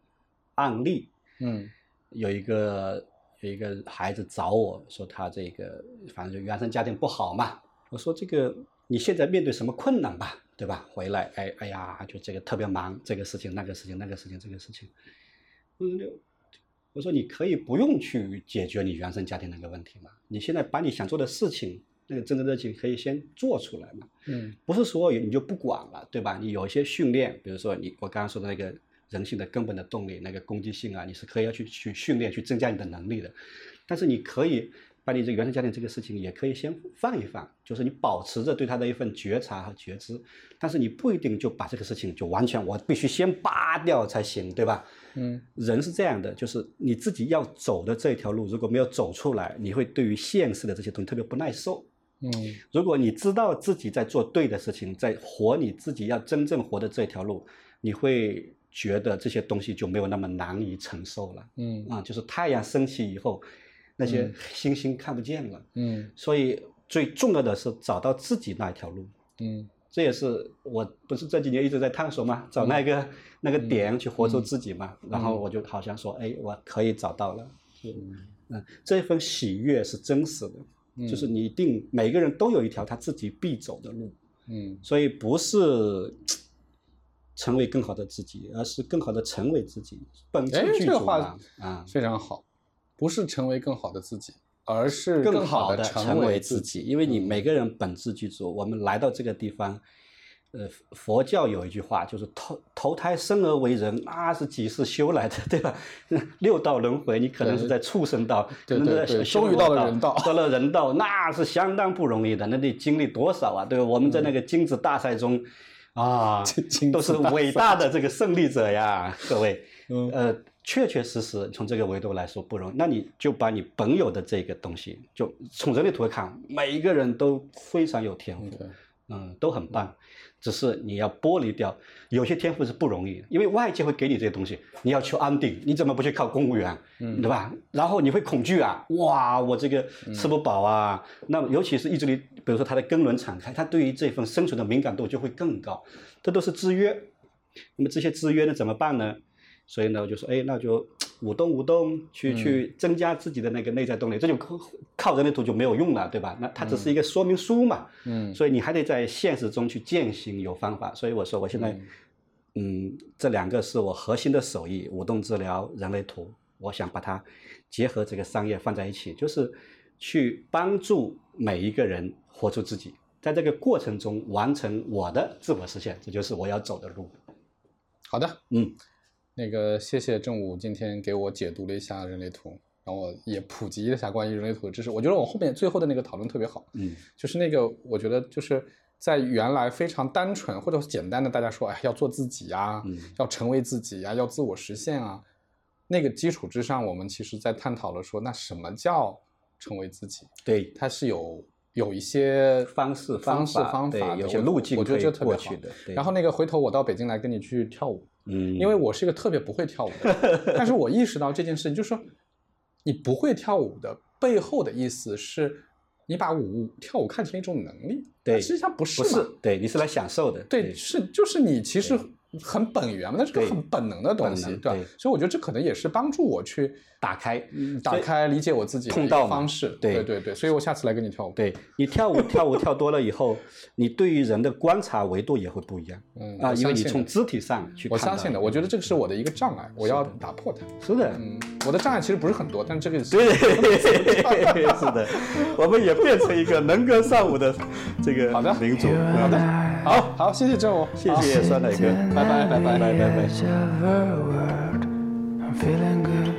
A: 案例，
B: 嗯
A: 有一个有一个孩子找我说他这个反正就原生家庭不好嘛，我说这个你现在面对什么困难吧，对吧？回来哎哎呀，就这个特别忙，这个事情那个事情那个事情这个事情，嗯，我说你可以不用去解决你原生家庭那个问题嘛，你现在把你想做的事情那个真正热情可以先做出来嘛。
B: 嗯
A: 不是所有你就不管了，对吧？你有一些训练，比如说你我刚刚说的那个人性的根本的动力，那个攻击性啊，你是可以要去去训练，去增加你的能力的。但是你可以把你这个原生家庭这个事情也可以先放一放，就是你保持着对他的一份觉察和觉知，但是你不一定就把这个事情就完全我必须先扒掉才行，对吧？
B: 嗯
A: 人是这样的，就是你自己要走的这条路，如果没有走出来，你会对于现实的这些东西特别不耐受。
B: 嗯
A: 如果你知道自己在做对的事情，在活你自己要真正活的这条路，你会觉得这些东西就没有那么难以承受了。
B: 嗯
A: 啊、就是太阳升起以后，那些
B: 嗯
A: 星星看不见了。
B: 嗯
A: 所以最重要的是找到自己那一条路，
B: 嗯
A: 这也是我不是这几年一直在探索嘛，找那个、那个点去活出自己嘛。然后
B: 嗯
A: 我就好像说，哎，我可以找到了。嗯，这份喜悦是真实的，
B: 嗯
A: 就是你一定每个人都有一条他自己必走的路，
B: 嗯
A: 所以不是嘖成为更好的自己，而是更好的成为自己。本
B: 哎
A: 质具
B: 这个
A: 足
B: 话
A: 嘛啊，
B: 非常好，不是成为更好的自己，而是
A: 更
B: 好
A: 的
B: 成
A: 成为
B: 自嗯
A: 自。己，因为你每个人本质具足。我们来到这个地方，呃，佛教有一句话就是投投胎生而为人，那是几世修来的， 对吧？六道轮回，你可能是
B: 对
A: 在畜生道，
B: 对
A: 可能是
B: 对
A: 在
B: 对
A: 修
B: 终于
A: 罗
B: 到了人道
A: 到了人道，那是相当不容易的，那得经历多少啊，对吧？我们在那个精子大赛中。啊
B: 精，
A: 都
B: 子
A: 是
B: 嗯大
A: 伟大的这个胜利者呀，各位。
B: 嗯
A: 呃，确确实实从这个维度来说不容易。那你就把你本有的这个东西，就从人类图看，每一个人都非常有天赋，
B: 对，
A: 嗯，都很棒。只是你要剥离掉，有些天赋是不容易的，因为外界会给你这些东西，你要求安定，你怎么不去考公务员，
B: 嗯
A: 对吧？然后你会恐惧啊，哇，我这个吃不饱啊。那尤其是意志力，比如说它的根轮敞开，它对于这份生存的敏感度就会更高，这都是制约。那么这些制约呢，怎么办呢？所以呢，我就说，哎，那就舞动舞动，去去增加自己的那个内在动力，这就靠靠人类图就没有用了，对吧？那它只是一个说明书嘛，
B: 嗯
A: 所以你还得在现实中去践行，有方法。所以我说，我现在，嗯这两个是我核心的手艺，舞动治疗、人类图，我想把它结合这个商业放在一起，就是去帮助每一个人活出自己，在这个过程中完成我的自我实现，这就是我要走的路。
B: 好的，
A: 嗯，
B: 那个谢谢正午今天给我解读了一下人类图，让我也普及了一下关于人类图的知识。我觉得我后面最后的那个讨论特别好，
A: 嗯
B: 就是那个，我觉得就是在原来非常单纯或者简单的大家说，哎，要做自己啊，
A: 嗯
B: 要成为自己啊，要自我实现啊，那个基础之上，我们其实在探讨了说，那什么叫成为自己？
A: 对，
B: 它是有有一些
A: 方式
B: 方式
A: 法
B: 方
A: 对
B: 法的
A: 有些
B: 我
A: 路径
B: 我觉
A: 可
B: 得
A: 以
B: 这特别
A: 过
B: 好
A: 去。的。对
B: 然后那个回头我到北京来跟你去跳舞，
A: 嗯，
B: 因为我是一个特别不会跳舞的人， 但是我意识到这件事情，就是说你不会跳舞的背后的意思是，你把舞跳舞看成一种能力，
A: 对
B: 但实际上不是
A: 不
B: 嘛，
A: 是对，你是来享受的。
B: 对，是就是你其实
A: 对
B: 很本源嘛，那是个
A: 对
B: 很本能的东西
A: 本，能
B: 对吧
A: 对？
B: 所以我觉得这可能也是帮助我去
A: 打开
B: 嗯打
A: 所以
B: 开理解我自己的
A: 通
B: 一
A: 道
B: 个
A: 嘛
B: 方式，
A: 对
B: 对对对，所以我下次来跟你跳舞，，
A: 对你跳舞跳舞跳多了以后，你对于人的观察维度也会不一样
B: 嗯，
A: 啊，
B: 我
A: 因为
B: 相
A: 你
B: 信
A: 从
B: 的嗯
A: 肢体上去
B: 我
A: 看
B: 相
A: 到
B: 信的，我觉得这个是我的一个障碍，我要打破它。
A: 是的，
B: 嗯，我的障碍其实不是很多，但这个 是
A: 对，是 的，我们也变成一个能歌善舞的这个
B: 好的
A: 民族。
B: 好的，好好，谢谢正午，
A: 谢
B: 好
A: 谢酸奶哥，
B: 拜拜拜拜
A: 拜拜拜。
D: edge of her world. I'm feeling good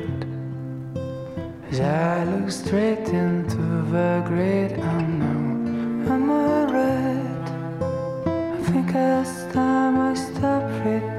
D: as I look straight into the great unknown. I'm alright. I think last time I stopped